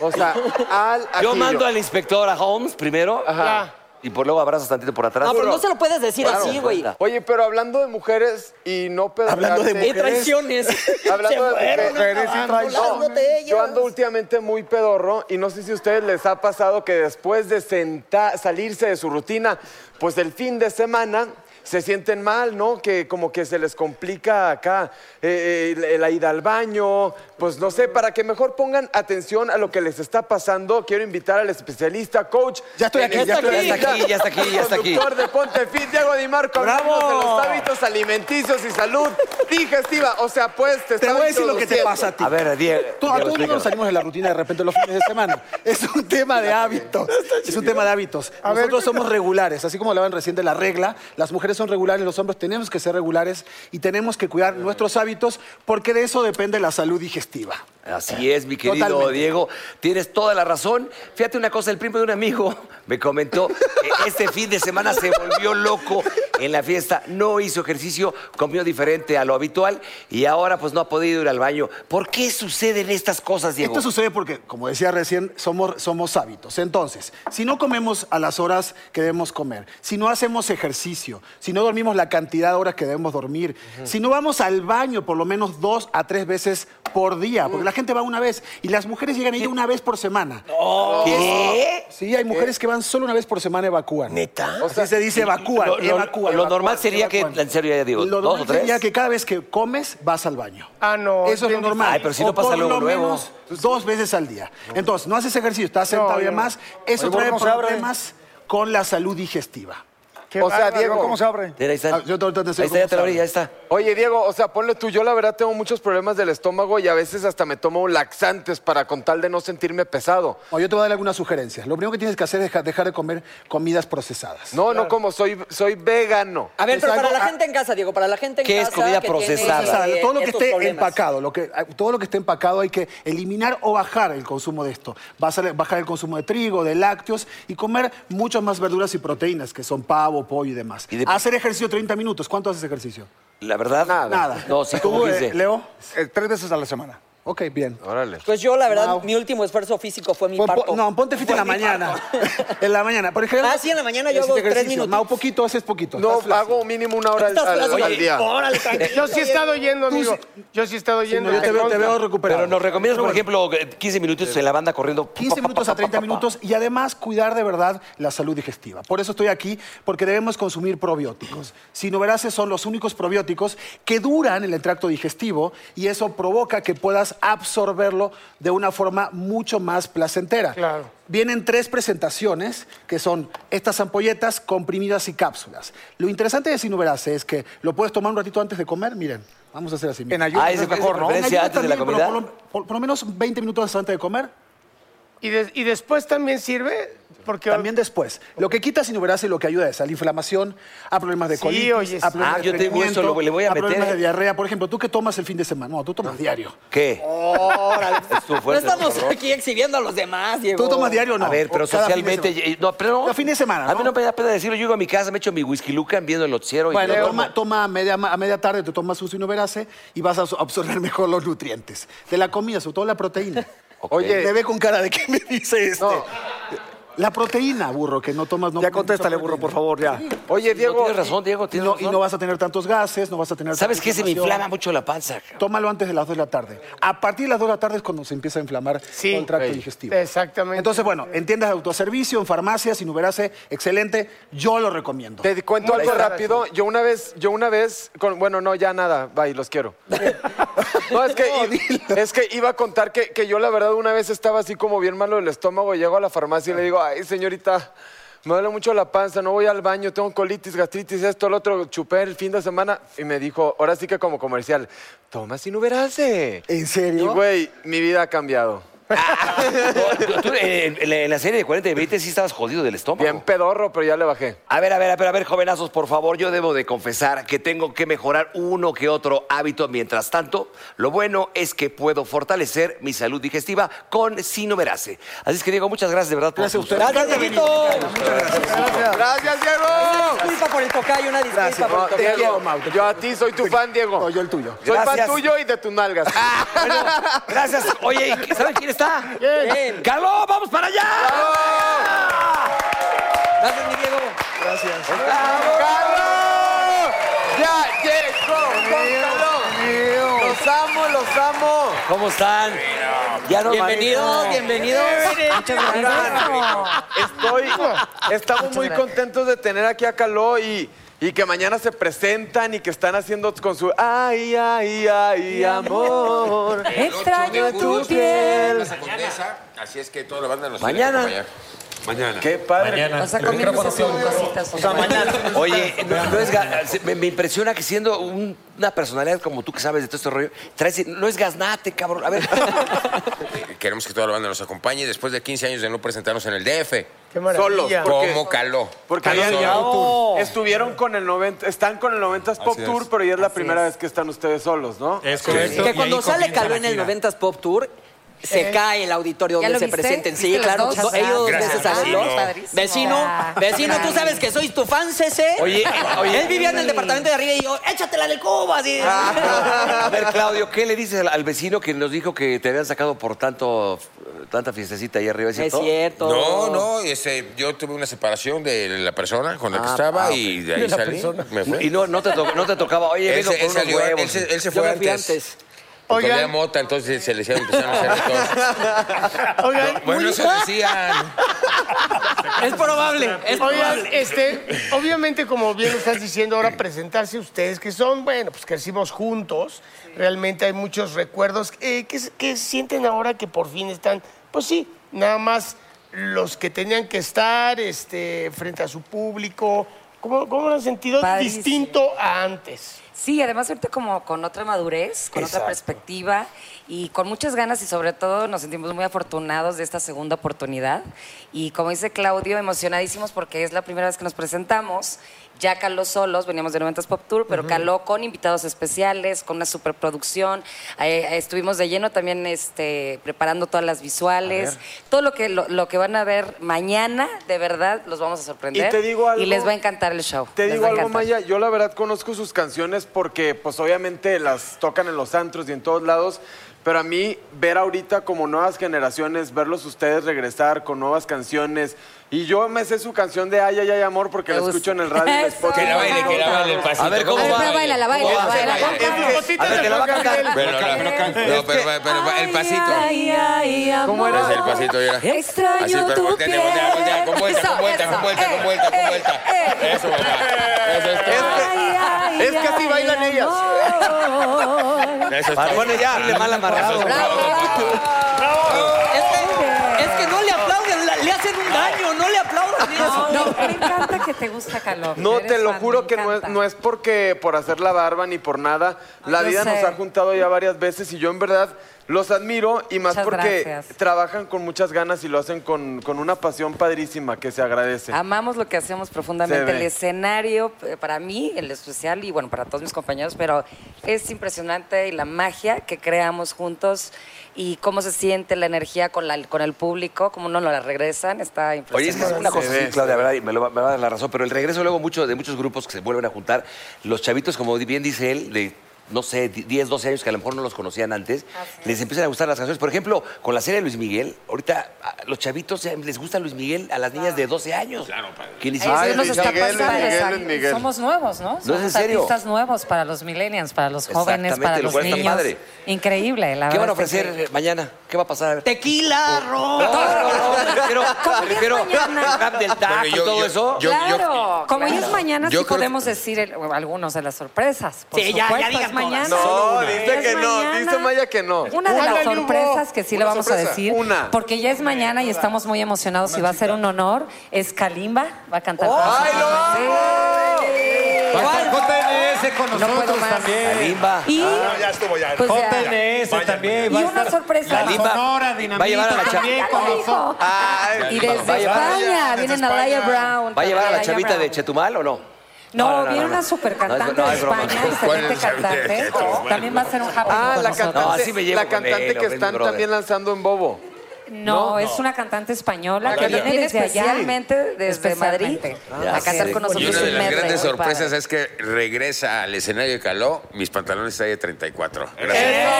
O sea, al ajillo.
Yo mando al inspector a Holmes primero.
Ajá.
Y por luego abrazas tantito por atrás.
no, pero no se lo puedes decir
Claro,
así, güey.
cuenta.
Oye, pero hablando de mujeres y no pedazarte...
Hablando de
¡Qué traiciones!
Hablando de mujeres
acabando
y traición.
Ah, las botellas.
Yo ando últimamente muy pedorro y no sé si a ustedes les ha pasado que después de senta- salirse de su rutina, pues el fin de semana se sienten mal, ¿no? Que como que se les complica acá eh, eh, la- la ida al baño, pues no sé, para que mejor pongan atención a lo que les está pasando, quiero invitar al especialista, coach.
Ya estoy
en
aquí, ya
esta
estoy aquí,
ya está
clínica,
aquí, ya está aquí, ya está aquí.
Conductor de Ponte Fit, Diego Di Marco,
¡Bravo!
hablándonos de los hábitos alimenticios y salud digestiva. O sea, pues te
Te
estaba
voy a decir lo que te
introduciendo.
pasa a ti.
A ver, Diego.
Tú- a
Diego,
todos
explícalo.
nos salimos de la rutina de repente los fines de semana. Es un tema de hábitos. Es un tema de hábitos. Nosotros somos regulares, así como hablaban recién de la regla, las mujeres son regulares, los hombres tenemos que ser regulares y tenemos que cuidar nuestros hábitos porque de eso depende la salud digestiva.
Así es, mi querido
Totalmente.
Diego. Tienes toda la razón. Fíjate una cosa, el primo de un amigo me comentó que este fin de semana se volvió loco en la fiesta. No hizo ejercicio, comió diferente a lo habitual y ahora pues no ha podido ir al baño. ¿Por qué suceden estas cosas, Diego?
Esto sucede porque, como decía recién, somos, somos hábitos. Entonces, si no comemos a las horas que debemos comer, si no hacemos ejercicio, si no dormimos la cantidad de horas que debemos dormir, si no vamos al baño por lo menos dos a tres veces por día, porque la gente va una vez y las mujeres llegan a ir una vez por semana.
¿Qué?
Sí, hay mujeres que van solo una vez por semana evacúan.
¿Neta?
O sea, se dice evacúan,
¿Ah? Lo- lo-
evacúan,
lo
evacúan,
normal sería que-
evacúan.
en serio, ya digo,
lo
dos
normal
o tres.
sería que cada vez que comes vas al baño.
Ah, no,
Eso es lo
bien
normal.
Ay, pero si no
O
pasa
por
luego,
lo
luego.
menos dos veces al día. Entonces, no haces ejercicio, estás sentado y
yo no.
demás. Eso
Oye,
trae
¿cómo se abre?
problemas con la salud digestiva.
Qué
O sea,
bárbaro.
Diego,
¿Cómo se abre?
Mira, ahí está.
Ah, yo te- te- te-
ahí está, ya te lo abrí,
¿cómo
ahí está.
Oye, Diego, o sea, ponle tú, yo la verdad tengo muchos problemas del estómago y a veces hasta me tomo laxantes para con tal de no sentirme pesado.
O yo te voy a dar algunas sugerencias. Lo primero que tienes que hacer es deja- dejar de comer comidas procesadas.
No, no como soy, soy vegano.
A ver,
Es
pero para
algo-
la gente en casa, Diego, para la gente en
¿Qué es
casa...
comida
que tiene,
procesada?
Procesada.
eh,
todo lo que
estos
esté
problemas.
empacado, lo que, eh, todo lo que esté empacado hay que eliminar o bajar el consumo de esto. Vas a bajar el consumo de trigo, de lácteos y comer muchas más verduras y proteínas, que son pavo, pollo y demás.
Y de-
Hacer ejercicio 30 minutos. ¿Cuánto haces ejercicio?
La verdad.
Nada.
No, sí,
¿Tú,
como
eh,
dice.
Leo?
Eh, tres veces a la semana.
Ok, bien.
Órale.
Pues yo, la verdad,
Wow.
mi último esfuerzo físico fue mi
Pon- pon-
parto.
no, ponte fit en la
Fue mi
mañana.
parto.
en la mañana. Por ejemplo,
Ah, sí, en la mañana yo
haces
hago tres
ejercicio.
minutos.
Mau, poquito, haces poquito.
No,
Estás flaco.
hago mínimo una hora al,
Estás
al-
flaco.
al día.
Órale, tranquilo.
Yo sí he estado yendo,
Tú
amigo.
sí-
Yo sí he estado
Sí,
yendo.
no, yo te veo, te veo recuperado.
Pero nos recomiendas, por
Pero bueno.
ejemplo, 15 minutitos en la banda corriendo.
15 minutos a 30 minutos y además cuidar de verdad la salud digestiva. Por eso estoy aquí, porque debemos consumir probióticos. Sinoveraces son los únicos probióticos que duran en el tracto digestivo y eso provoca que puedas absorberlo de una forma mucho más placentera.
Claro.
Vienen tres presentaciones, que son estas ampolletas, comprimidas y cápsulas. Lo interesante de Sinuberase es que lo puedes tomar un ratito antes de comer. Miren, vamos a hacer así. miren.
En ayuno.
Ah, ese es mejor, ¿no?
En ayuno
antes de la
también,
comida.
pero Por lo, por- por lo menos 20 minutos antes de comer.
Y, des- y después también sirve porque...
También después. Lo que quita sinuberase lo que ayuda es a la inflamación, a problemas de
Sí,
colitis,
oye, sí.
a problemas
Ah,
de
yo tengo
estreñimiento,
eso, lo- le voy a meter, Ah.
problemas
¿eh?
de diarrea. Por ejemplo, ¿tú qué tomas el fin de semana? No, tú tomas diario.
¿Qué?
Órale.
Es tu
No
fuerte,
estamos
por favor.
aquí exhibiendo a los demás, Diego.
¿Tú tomas diario o no?
A ver, pero
O cada fin de
socialmente.
semana.
eh, No, pero.
Cada fin de semana,
A mí
¿no?
no me da pena decirlo. Yo llego a mi casa, me echo mi whisky lucan viendo el noticiero. y
Bueno,
me duermo.
toma, toma a, media, ma- a media tarde, te tomas un sinuberase y vas a so- absorber mejor los nutrientes de la comida, sobre todo la proteína.
Ok.
Oye,
Te ve con cara de qué me dice este.
No.
La proteína, burro, que no tomas. No
Ya
comes
contéstale,
mucha
burro, por
proteína.
favor, ya.
oye,
No,
Diego.
tienes razón, Diego.
Y
Tienes
no, y
razón.
no vas a tener tantos gases, no vas a tener.
¿Sabes
tanta
qué? Se me
inflamación.
inflama mucho la panza. cabrón.
Tómalo antes de las 2 de la tarde. A partir de las 2 de la tarde es cuando se empieza a inflamar
Sí.
todo el tracto
Ok.
digestivo.
Exactamente.
Entonces, bueno, en tiendas de autoservicio, en farmacias, sinuberase, excelente. Yo lo recomiendo.
Te cuento
Muchas
algo
gracias.
rápido. Yo una vez, yo una vez, con- bueno, no, ya nada, bye, los quiero. No, es que, i- es que iba a contar que, que yo la verdad una vez estaba así como bien malo del estómago, llego a la farmacia y le digo, ay, señorita, me duele mucho la panza, no voy al baño, tengo colitis, gastritis, esto, el otro, chupé el fin de semana y me dijo, ahora sí que como comercial, toma sinuberase.
¿En
Y
serio?
güey, mi vida ha cambiado.
No, tú, en, en la- en la serie de 40 y 20 sí estabas jodido del estómago.
Bien pedorro, pero ya le bajé.
A ver, a ver, a ver, a ver, jovenazos, por favor, yo debo de confesar que tengo que mejorar uno que otro hábito. Mientras tanto, lo bueno es que puedo fortalecer mi salud digestiva con Sinoverase. Así es que, Diego, muchas gracias de verdad por
Gracias a
tus-
usted.
Gracias, Dieguito.
Gracias, Diego.
Disculpa por el tocayo, una disculpa por
No,
el
Diego,
tocayo.
Mau, te
yo a ti soy tu fan, Diego.
No, yo el tuyo.
Soy
Gracias.
fan tuyo y de tus nalgas.
Bueno, gracias. Oye, ¿y ¿saben quién está?
Bien.
¡Carlos, vamos para allá!
Gracias, mi Diego.
¡Carlos! ¡Ya llegó! ¡Cóncalo! ¡Los amo, los amo!
¿Cómo están? Ya no,
Bienvenidos,
manito.
bienvenidos. Muchas gracias.
Estoy, estamos muy contentos de tener aquí a Caló y, y que mañana se presentan y que están haciendo con su ay, ay, ay, amor.
Extraño tu piel.
Condesa, así es que toda la banda nos
Mañana.
tiene que acompañar. Mañana.
Qué padre.
Vas a comer cositas. O sea, mañana.
Oye, no, no es ga- se- me, me impresiona que siendo un- una personalidad como tú que sabes de todo este rollo, traes, no es gaznate, cabrón. A ver,
Eh, Queremos que toda la banda nos acompañe después de 15 años de no presentarnos en el DF.
Qué maravilla.
Solos. ¿Por qué?
¿Cómo caló?
Porque
Caló
habían-
solo.
no, estuvieron con el 90, están con el 90s Pop
Así es.
Tour, pero ya es la primera vez que están ustedes solos, ¿no?
Es correcto.
Que cuando sale Caló en el 90s Pop Tour, se cae el auditorio
¿Ya
donde
lo
se
viste?
presenten. Sí,
¿Viste los
claro.
dos?
do- Ellos dos
Gracias,
veces a
vecino.
verlos.
Padrísimo.
Vecino,
Ah,
vecino, tú
padrísimo.
sabes que soy tu fan, CC.
Oye, oye.
Él vivía en el departamento de arriba y yo, échatela del cubo, así.
a ver, Claudio, ¿qué le dices al, al vecino que nos dijo que te habían sacado por tanto tanta fiestecita ahí arriba? ¿Es
Es
cierto?
cierto.
No, no, ese, yo tuve una separación de la persona con la que
Ah,
estaba
ah, ok.
y de ahí salí. Me fui.
Y no, no, te to- no te tocaba, oye,
él,
vengo
se,
por
él
unos
salió-
huevos.
él se- él se
Yo
fue
me fui
antes.
antes.
Porque
Oigan.
había mota, entonces se le hicieron- empezaron a hacer cosas.
Oigan,
Bueno,
muy-
eso decían.
Es probable, es
Oigan,
probable.
este, obviamente, como bien lo estás diciendo ahora, presentarse ustedes, que son, bueno, pues crecimos juntos, realmente hay muchos recuerdos. Eh, ¿qué, s- qué sienten ahora que por fin están? Pues sí, nada más los que tenían que estar este, frente a su público. ¿Cómo, cómo lo han sentido
Padrísimo.
distinto a antes?
Sí, además ahorita como con otra madurez, con otra perspectiva y con muchas ganas y sobre todo nos sentimos muy afortunados de esta segunda oportunidad. Y como dice Claudio, emocionadísimos porque es la primera vez que nos presentamos. Ya caló solos, veníamos de 90s Pop Tour, pero caló con invitados especiales, con una superproducción. Eh, eh, estuvimos de lleno también este, preparando todas las visuales. Todo lo que, lo, lo que van a ver mañana, de verdad, los vamos a sorprender.
Y te digo algo.
Y les va a encantar el show.
Te
les
digo
va a
algo,
encantar.
Maya, yo la verdad conozco sus canciones porque pues obviamente las tocan en los antros y en todos lados, pero a mí ver ahorita como nuevas generaciones, verlos ustedes regresar con nuevas canciones, y yo me sé su canción de Ay, ay, ay, amor porque
Me
la
gusta.
escucho en el radio. y en
Eso.
Spotify.
Que la baile, que la baile el pasito.
A ver, ¿cómo
A ver,
va?
pero baila, baila,
¿Cómo va?
baila.
baila?
baila.
Las gotitas
a ver,
de
que la va a
Juan
cantar.
Gabriel.
Bueno, no, no, pero, pero- pero el pasito.
Ay, ay, ay,
¿Cómo era?
amor.
Desde el pasito,
¿Eh?
mira.
Extraño
Así, pero
tu
volteate,
piel.
voltea, voltea, con vuelta,
Eso,
con vuelta,
eso.
con vuelta,
Eh,
con vuelta, con
eh,
vuelta.
eh.
Eso, papá. Eso es todo.
Ay, ay,
Es que así
ay,
bailan ellas.
amor.
Eso es
Ah,
todo.
Bueno, ya, dile mal amarrado.
Bravo.
Es que, es que no le aplauden la, le hacen un daño, no le aplaudan eso.
No, me encanta que te gusta calor.
eh, No,
Eres
te lo
fan,
juro
me
que no es, no es porque por hacer la barba ni por nada. La
Ah, yo
vida nos
sé.
ha juntado ya varias veces y yo en verdad los admiro y más
Muchas
porque
gracias.
trabajan con muchas ganas y lo hacen con, con una pasión padrísima que se agradece.
Amamos lo que hacemos profundamente.
Se ve.
El escenario, eh, para mí, el especial y bueno, para todos mis compañeros, pero es impresionante y la magia que creamos juntos y cómo se siente la energía con, la- con el público, cómo no la regresan, está
Oye,
impresionante.
es que es una cosa así, Claudia, ¿verdad? Y me, lo va- me va a dar la razón, pero el regreso luego mucho, de muchos grupos que se vuelven a juntar, los chavitos, como bien dice él, de no sé, 10, 12 años que a lo mejor no los conocían antes, les empiezan a gustar las canciones. Por ejemplo, con la serie de Luis Miguel, ahorita a los chavitos eh, les gusta Luis Miguel a las niñas de 12 años. Claro, ¿Quién dice?
Eso
"Ay,
nos
Luis
está
Miguel, Luis
pasando,
Miguel,
exacto.
Luis Miguel"?
Somos nuevos, ¿no?
es en
Somos
serio.
artistas nuevos para los millennials, para los jóvenes,
Exactamente,
para
lo
los
cual está
niños.
padre.
Increíble, la
¿Qué van a
verdad es que
ofrecer eh, mañana? ¿Qué va a pasar?
Tequila, ron.
Pero,
¿Cómo que es
pero,
mañana?
del taco y
yo-
todo
yo-
eso.
yo-
claro, como
claro.
ya es mañana,
Yo
sí
creo
podemos decir el- algunos de las sorpresas. Por
Sí, ya- ya
supuesto,
digan
es mañana.
No,
Es
dice que no,
mañana.
dice Maya que no.
Una de las
Ándale, Hugo.
sorpresas que sí le
Una
vamos
sorpresa.
a decir,
Una.
porque ya es mañana y estamos muy emocionados y va a ser un honor, es Kalimba, va a cantar. con nosotros.
¡Ay, lo amo!
Sí.
JNS con
No
nosotros
puedo más.
también.
Kalimba.
Y-
Ah, ya estuvo ya.
pues ya.
JNS también.
Y
va a
una
estar
sorpresa.
La
Kalimba
Sonora
va a llevar a la
Dinamita
chava.
también
Ya
con
lo
nosotros.
Y desde España, vienen a Laia Brown.
¿Va a llevar a la
Laia
chavita
Brown.
de Chetumal o no?
No,
No, no, no,
viene
no.
una super cantante
No, es- no,
de
es broma.
España,
¿Cuál
excelente
es la chavita de
cantante.
Chetumal?
También va a ser un happy
Ah,
con
la
nosotros.
cantante,
así me llevo
la
con él,
cantante que
hombre,
están
mi brother.
también lanzando en Bobo.
No,
No, Ah,
es una cantante española
La
que
cantante
viene desde
especialmente
allá, desde Madrid,
Ya
Ah, a cantar
sé.
con nosotros.
Y una
un
de las
medley
grandes
muy
sorpresas
padre.
es que regresa al escenario de Caló, mis pantalones talla 34. Gracias.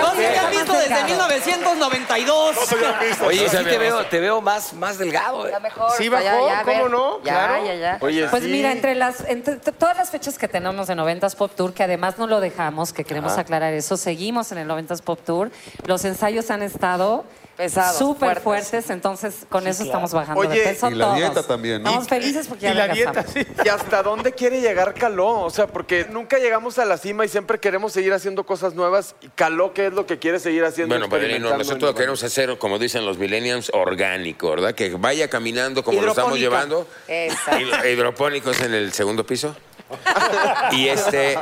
No se habían visto desde 1992.
Oye, sí te veo, te veo más, más delgado. eh.
Sí bajó,
Ya, ya, a ver.
¿cómo no?
Ya,
Claro.
ya, ya.
Oye,
pues
sí.
mira, entre las entre t- todas las fechas que tenemos de 90s Pop Tour, que además no lo dejamos, que queremos
Ajá.
aclarar eso, seguimos en el 90s Pop Tour. Los ensayos han estado
Pesados,
súper
fuertes.
fuertes. entonces con eso estamos bajando de
Oye,
peso
y la
todos.
dieta también, ¿no?
Estamos felices porque ya
y la dieta,
adelgazamos.
sí. ¿Y hasta dónde quiere llegar Caló? O sea, porque nunca llegamos a la cima y siempre queremos seguir haciendo cosas nuevas. ¿Y Caló qué es lo que quiere seguir haciendo?
Bueno, padrino,
experimentando,
nosotros
innovando?
queremos hacer, como dicen los millennials, orgánico, ¿verdad? Que vaya caminando como lo estamos
Hidropónica.
llevando. Hid- Hidropónicos en el segundo piso. Y este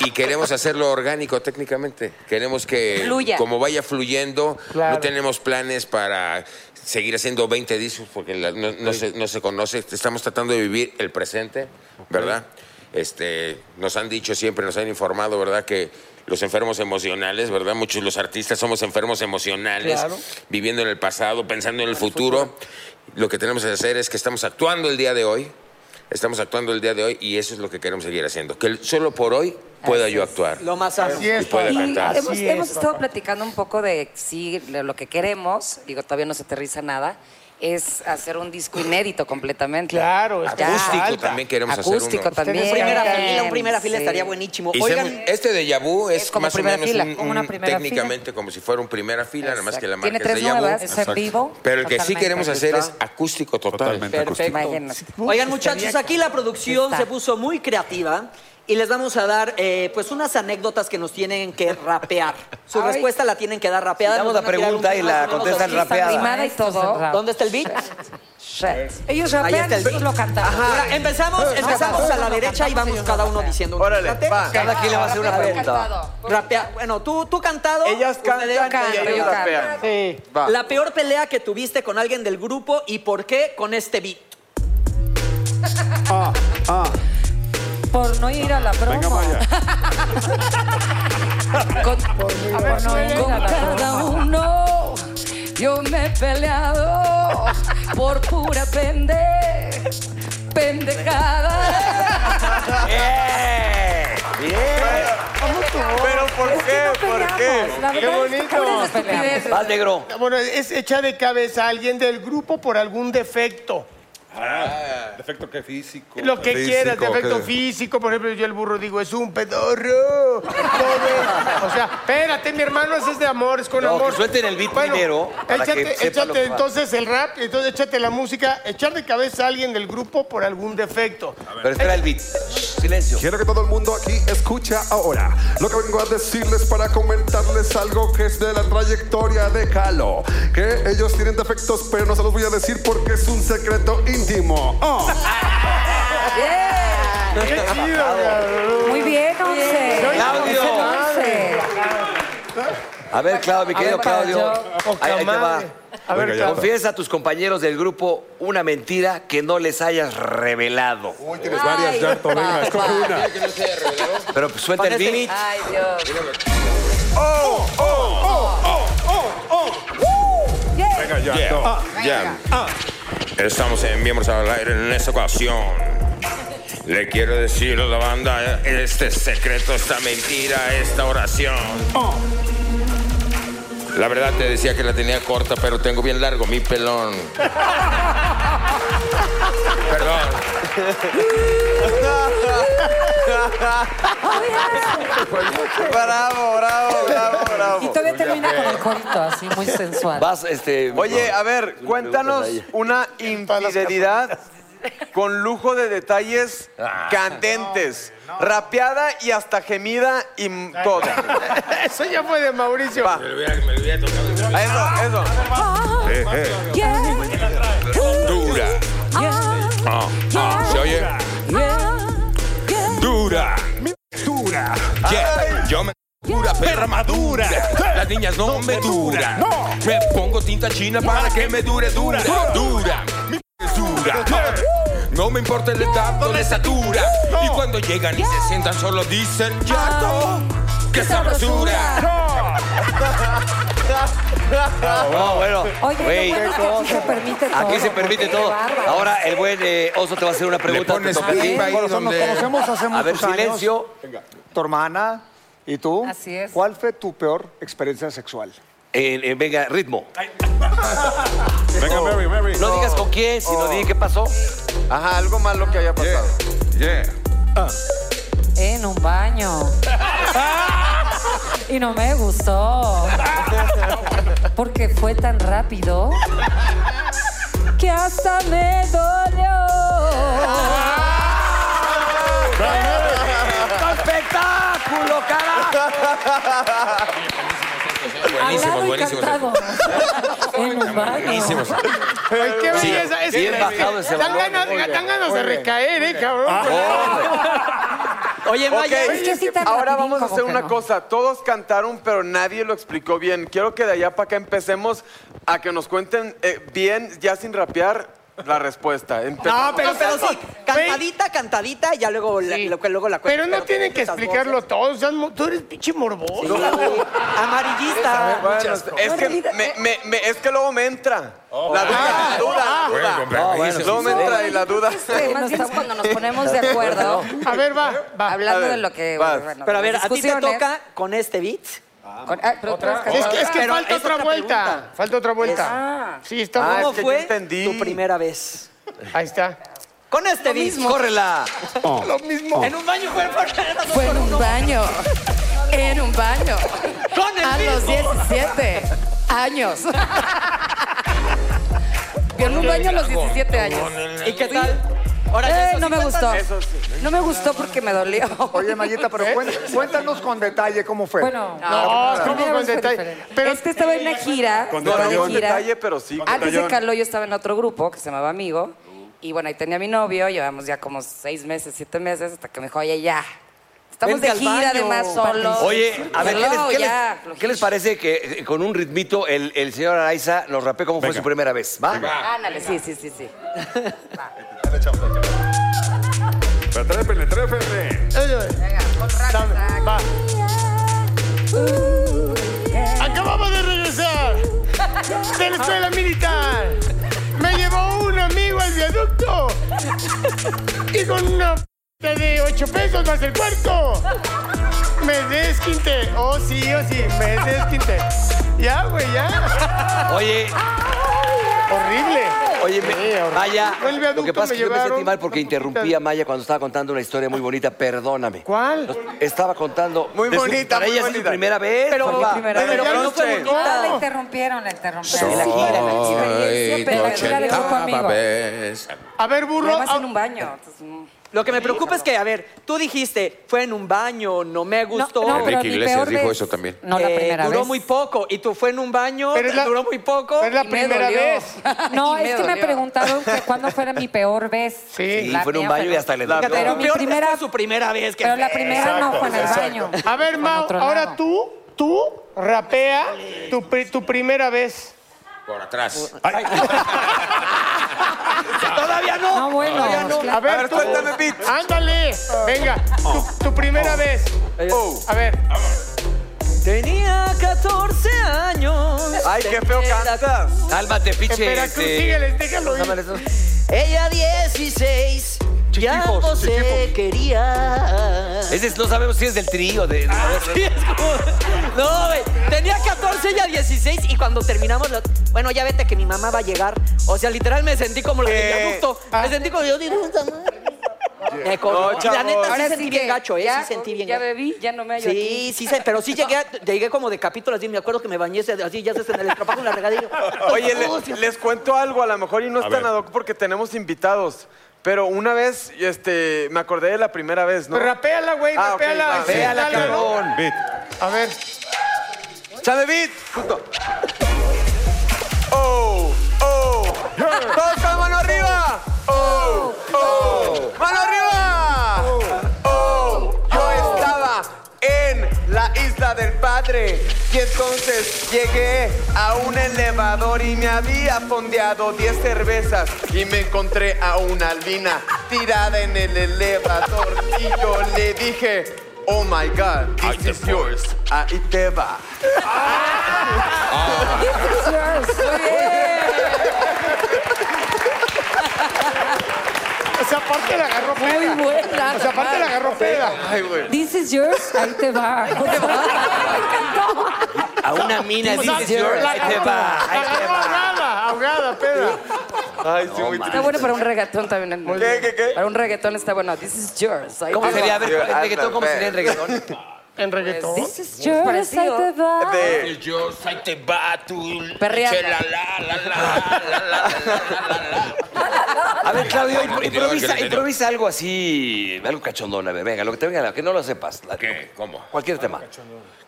y queremos hacerlo orgánico técnicamente. Queremos que
Fluya.
como vaya fluyendo, no tenemos planes para seguir haciendo 20 discos porque la- no, no se, no se conoce. Estamos tratando de vivir el presente, ¿verdad? Este, nos han dicho siempre, nos han informado, ¿verdad? Que los enfermos emocionales, ¿verdad? Muchos los artistas somos enfermos emocionales,
Claro.
viviendo en el pasado, pensando en el futuro. Lo que tenemos que hacer es que estamos actuando el día de hoy, estamos actuando el día de hoy y eso es lo que queremos seguir haciendo. Que el- solo por hoy pueda yo actuar.
Lo más sano.
Y pueda
Y
cantar.
hemos, hemos estado platicando un poco de sí, de lo que queremos, digo, todavía no se aterriza nada, es hacer un disco inédito completamente.
Claro,
es
Acústico también queremos hacer
Acústico
uno.
también.
Un primera fila, un primera fila estaría buenísimo.
Y
Oigan,
hacemos- este de Yabú es,
como
más o
primera
menos
fila,
un-
como una
un-
primera fila.
técnicamente como si fuera un primera fila, nada más que la marca
Tiene
es
tres
de Yabú.
nuevas, es en vivo.
Pero el que sí
Totalmente.
queremos hacer es
Está
acústico total.
Imagínate.
Oigan, muchachos, aquí la producción se puso muy creativa y les vamos a dar eh, pues unas anécdotas que nos tienen que rapear. Su
Ay.
respuesta la tienen que dar rapeada.
Damos
Nos
la
van a tirar
pregunta y
un más
la
o menos
contestan
así,
rapeada.
animada y todo. ¿Dónde está el beat?
Ellos rapean, nosotros lo cantamos.
Ahora, empezamos,
Ajá.
empezamos a la derecha y vamos cada uno diciendo un
Órale,
disparate.
va. Cada quien le va a hacer una
Rapea,
pregunta.
cantado. Rapea. Bueno, tú, tú cantado. Ellas
cantan y ellos rapean.
Sí.
Va.
La peor pelea que tuviste con alguien del grupo y por qué con este beat.
Ah,
Por no ir a la promo. Con, por no ir a la cada uno yo me he peleado por pura pende,
Pero
pendejada.
¿por qué? ¿Por qué?
La verdad Qué es que bonito. cada vez nos peleamos.
Vas, negro.
Bueno, es echar de cabeza a alguien del grupo por algún defecto.
Ah, defecto que físico.
Lo que quieras, defecto
que-
físico, por ejemplo, yo el burro digo, es un pedorro. Pobre. O sea, espérate, mi hermano, ese es de amor, es con
No, que
amor.
suelten el beat
Bueno,
primero para que
échate,
sepa lo
échate
que va.
entonces el rap, entonces échate la música, echar de cabeza a alguien del grupo por algún defecto.
Pero espera el beat. Silencio.
Quiero que todo el mundo aquí escucha ahora lo que vengo a decirles para comentarles algo que es de la trayectoria de Calo. Que ellos tienen defectos, pero no se los voy a decir porque es un secreto íntimo. Oh.
¡Qué chido, cabrón.
Muy bien, Once.
Soy
Claudio.
Once.
A ver, Claudio, mi
A
querido
ver,
Claudio.
Claudio.
Ahí, ahí te va.
Poca A ver, Claudio.
Confiesa a tus compañeros del grupo una mentira que no les hayas revelado. Uy,
tienes varias, Ay, Yarto, venga, papá. escoge una.
Pero pues, suelta el
este
Pon ese
beat.
Ay, Dios.
Oh, oh, oh, oh, oh, oh.
Venga,
ya.
Yeah,
Ah,
no.
yeah. Estamos en Miembros al Aire en esta ocasión. Le quiero decir a la banda este secreto, esta mentira, esta oración. La verdad te decía que la tenía corta, pero tengo bien largo mi pelón. Perdón.
Bravo, bravo, bravo, bravo.
Y todavía termina con el corito, así, muy sensual.
Vas, este.
Oye, a ver,
preguntas
cuéntanos
a ella.
una infidelidad con lujo de detalles
Ah.
candentes. Rapeada y hasta gemida y m- toda.
Eso ya fue de Mauricio.
Va. Eso, eso.
Eh, eh. Dura. Ah, ah, ¿Se oye? Dura. Dura. Yeah. Yo me dura, perra madura. Las niñas no me duran. Me pongo tinta china para que me dure dura. Dura. Mi es dura. No me importa el etapa de estatura. Y cuando llegan y se sientan solo dicen, ¡Yato! ¡Qué sabrosura!
No, bueno.
Oye, lo
güey.
bueno es que aquí se permite todo.
Aquí se permite
porque
todo.
qué bárbaro.
Ahora el buen eh, oso te va a hacer una pregunta.
Le pones
te toca a ti.
clip ahí Bueno,
Nos conocemos hace
A ver,
muchos años.
silencio.
Tu hermana y tú.
Así es.
¿Cuál fue tu peor experiencia sexual?
Eh, eh, venga, ritmo.
Venga, Mary, Mary.
No digas con quién, sino di qué pasó.
Ajá, algo malo que haya pasado.
En un baño. Y no me gustó. Porque fue tan rápido que hasta me dolió.
¡Espectáculo, carajo!
Buenísimo, buenísimo.
Hablado y cantado. En un baño.
Buenísimos.
Ay, qué
Sí,
belleza. ese-
bien
es que
bajado ese
dan
balón.
ganas,
Muy bien,
dan ganas
muy
de
bien. Ah.
recaer, ¿eh, cabrón?
Oye, Maya,
Ok,
Es que sí, tan
ahora
rapidín
vamos a
como
hacer
que
una
no.
cosa. Todos cantaron, pero nadie lo explicó bien. Quiero que de allá para acá empecemos a que nos cuenten eh, bien, ya sin rapear, la respuesta. Empezamos.
No, pero, sí, cantadita, cantadita, ya luego, la, lo que luego la cuento.
Pero no tienen que explicarlo todo. o sea, mo- tú eres pinche morboso.
Amarillista.
Bueno, es, que me-
eh.
me- me- es que luego me entra.
Ah.
la
Ah,
duda, la duda, la duda.
Bueno, buenísimo.
Luego me entra y la duda.
Sí, más bien es cuando nos ponemos de acuerdo.
A ver, va, va.
Hablando
A ver,
de lo que.
vas.
bueno,
Pero a ver,
las
a ti te
discusiones.
toca con este beat.
Con- ah, pero tú eres
Es que, es que
Pero
falta
es
otra
otra
vuelta.
pregunta.
Falta otra vuelta.
Ah.
Sí, está
Ah,
¿Cómo
es
este
que yo
fue
entendí.
tu primera vez?
Ahí está.
Con este beat.
córrela.
Lo
Oh.
mismo.
En un baño fue
Fue en un baño. En un baño.
Con el
A los
mismo.
17 años. En un baño a los 17 años.
¿Y qué tal? Ahora
Eh,
ya eso
no
sí
me
cuenta.
gustó.
Eso sí.
No me gustó porque me dolió. ¿Eh?
Oye, Mayita, pero cuen- cuéntanos con detalle cómo fue.
Bueno,
No,
la
¿cómo
primera
con
vez fue
detalle?
diferente.
Pero-
es que estaba en una gira.
Con
estaba de
detallón,
gira.
detalle, pero sí. con
Antes de
detallón.
Carlos yo estaba en otro grupo que se llamaba Amigo. Y bueno, ahí tenía a mi novio, llevamos ya como seis meses, siete meses, hasta que me dijo, oye, ya. Estamos
Vente
de
al
gira
baño,
además solos.
Oye, a ver, ¿qué les,
Hello,
qué les-
ya.
qué les parece que eh, con un ritmito el, el señor Araiza nos rapee cómo fue su primera vez? ¿Va?
Ándale, sí, sí, sí, sí.
Trépele, trépele.
Venga, con rap,
Ah.
exacto.
Va. Acabamos de regresar de la escuela militar. Me llevó un amigo al viaducto y con una p- de 8 pesos más el cuarto. Me desquinté. Oh, sí, oh, sí, me desquinté. Ya, güey, ya.
Oye,
Horrible.
Oye, me-
Ah,
Maya,
No, el
lo que
viaducto
pasa
me
es que yo me sentí
llevaron
mal porque
una
interrumpí a Maya cuando estaba contando una historia muy bonita, perdóname.
¿Cuál?
Estaba contando... Muy
bonita,
Para
muy
ella es
bonita.
su primera vez,
Pero-
papá.
pero- pero- pero no fue bonita.
Ah,
No, la interrumpieron, la interrumpieron.
Soy tu
pero la gira de grupo
ochentava
amigo.
vez.
A ver,
burro. Además, en un baño. entonces, mm.
Lo que me preocupa es que, a ver, tú dijiste, fue en un baño, no me gustó. Eh,
no, Enrique pero ni Iglesias peor dijo de- eso también.
no, la primera
duró
vez.
muy poco. Y tú fue en un baño,
Pero es la-
duró muy poco.
es la
y me
primera
dolió.
vez.
No,
Y
es que me
dolió.
preguntaron que cuándo fuera mi peor vez.
Sí, fue en un
mía
baño
fue-
y hasta le
La-
dolió.
Pero
mi
peor es
primera-
que es su primera vez. que
Pero la
fue.
primera no fue en el
Exacto,
baño.
A ver, Mau,
otro
ahora
lado.
tú, tú rapea tu, pri- tu primera vez.
Por atrás.
Todavía no.
Ah,
No, bueno.
Todavía no.
A ver, tú, Ándale. Venga, tu, tu primera vez.
Oh.
A ver.
Tenía 14 años.
Ay, qué feo
cantas.
Cálmate, este.
En
piche.
Veracruz, sígueles, déjalo ir.
Cámara, eso.
Ella 16. Ya
Chiquifos,
no se
chiquifos.
quería.
Ese es- no sabemos si es del trío. De, de-
Sí, es como- No, güey. Tenía 14, ella 16 y cuando terminamos, lo- bueno, ya vete que mi mamá va a llegar. O sea, literal me sentí como la
Eh,
de viaducto. Me sentí como yo digo, "Puta madre". Me colgó.
No,
la
chavos.
neta sí
Ahora
sentí
sí
bien
que
gacho, eh.
ya-
sí sentí bien
ya
gacho.
bebí, ya no me hallo
Sí,
aquí.
sí, sé, pero sí llegué, a- llegué como de capítulos y me acuerdo que me bañé así, ya se en el estropajo en la regadera.
Oye, le- les cuento algo, a lo mejor y no es tan ad hoc porque tenemos invitados. Pero una vez, este, me acordé de la primera vez, ¿no?
Pero rapéala, güey,
Ah, ok,
rapéala.
va.
Véala, cabrón. A ver.
¡Chame beat! Justo. ¡Oh! ¡Oh! ¡Todos con la mano arriba! ¡Oh! ¡Oh! ¡Mano arriba! ¡Oh! Yo estaba en la isla del padre y entonces llegué a un elevador y me había fondeado 10 cervezas y me encontré a una albina tirada en el elevador y yo le dije, oh my god, this is yours, ahí te va.
O sea, aparte la agarró peda.
Muy buena.
O sea, aparte la agarró peda.
Ay, güey.
This is yours, ahí te va.
A una mina,
O
Pues,
sea,
dices, "Yours",
la
ahí te
agarró-
va,
la
ahí te
agarró
va.
ahogada, ahogada, peda.
Ay, sí, muy
Está bueno para un reggaetón también. ¿Qué, qué, qué? Para un reggaetón está bueno. This is yours. Ahí
¿Cómo
te
sería?
va.
A ver, ¿en reggaetón cómo sería en reggaetón?
En reggaetón.
Pues, This
Pues,
is
Yo ahora
yours.
sí
Ahí
te
te va.
va.
De yo, ahí te va tu
Perreando.
leche, la, la, la, la, la, la,
A ver, Claudio, impro-
Ay, Dios, yo
improvisa,
le-
improvisa algo así, algo cachondón. A ver, venga, lo que te venga, lo que no lo sepas. la-
¿Cómo?
Cualquier tema.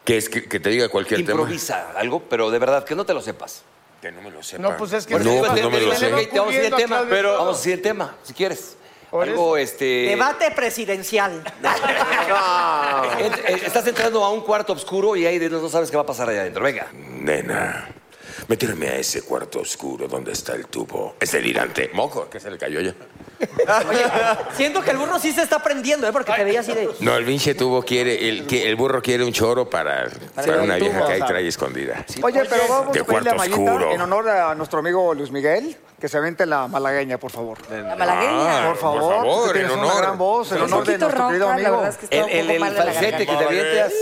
Que, es que, que te diga cualquier
improvisa algo, pero de verdad, que no te lo sepas.
tema. Que no me lo sepa.
No, pues es que
no, pues no me lo
Ok,
sé.
te vamos a seguir el tema.
Claudio
Pero...
Pero-
Vamos a seguir el tema, si quieres.
Por
Algo, este...
Debate presidencial.
Ent- eh, Estás entrando a un cuarto oscuro y ahí de- no sabes qué va a pasar allá adentro. Venga.
Nena, méteme a ese cuarto oscuro donde está el tubo. Es delirante. Moco, que se le cayó ya.
Oye, siento que el burro sí se está prendiendo, ¿eh? Porque te veía así de.
No, el pinche tubo quiere, el, que el burro quiere un choro para, para
el
una vieja
tubo,
que ahí
o sea.
trae escondida.
Oye, pero vamos
De
a pedirle a
cuarto
Mayita,
oscuro.
en honor a nuestro amigo Luis Miguel, que se aviente la malagueña, por favor.
La malagueña.
por favor, tú que tienes
en
una
honor.
gran voz, en
Un
honor de
poquito
nuestro querido
ronca, la
amigo.
verdad es que está un
El- el-
poco
el
mal de la
falsete
garganta.
que te avientas.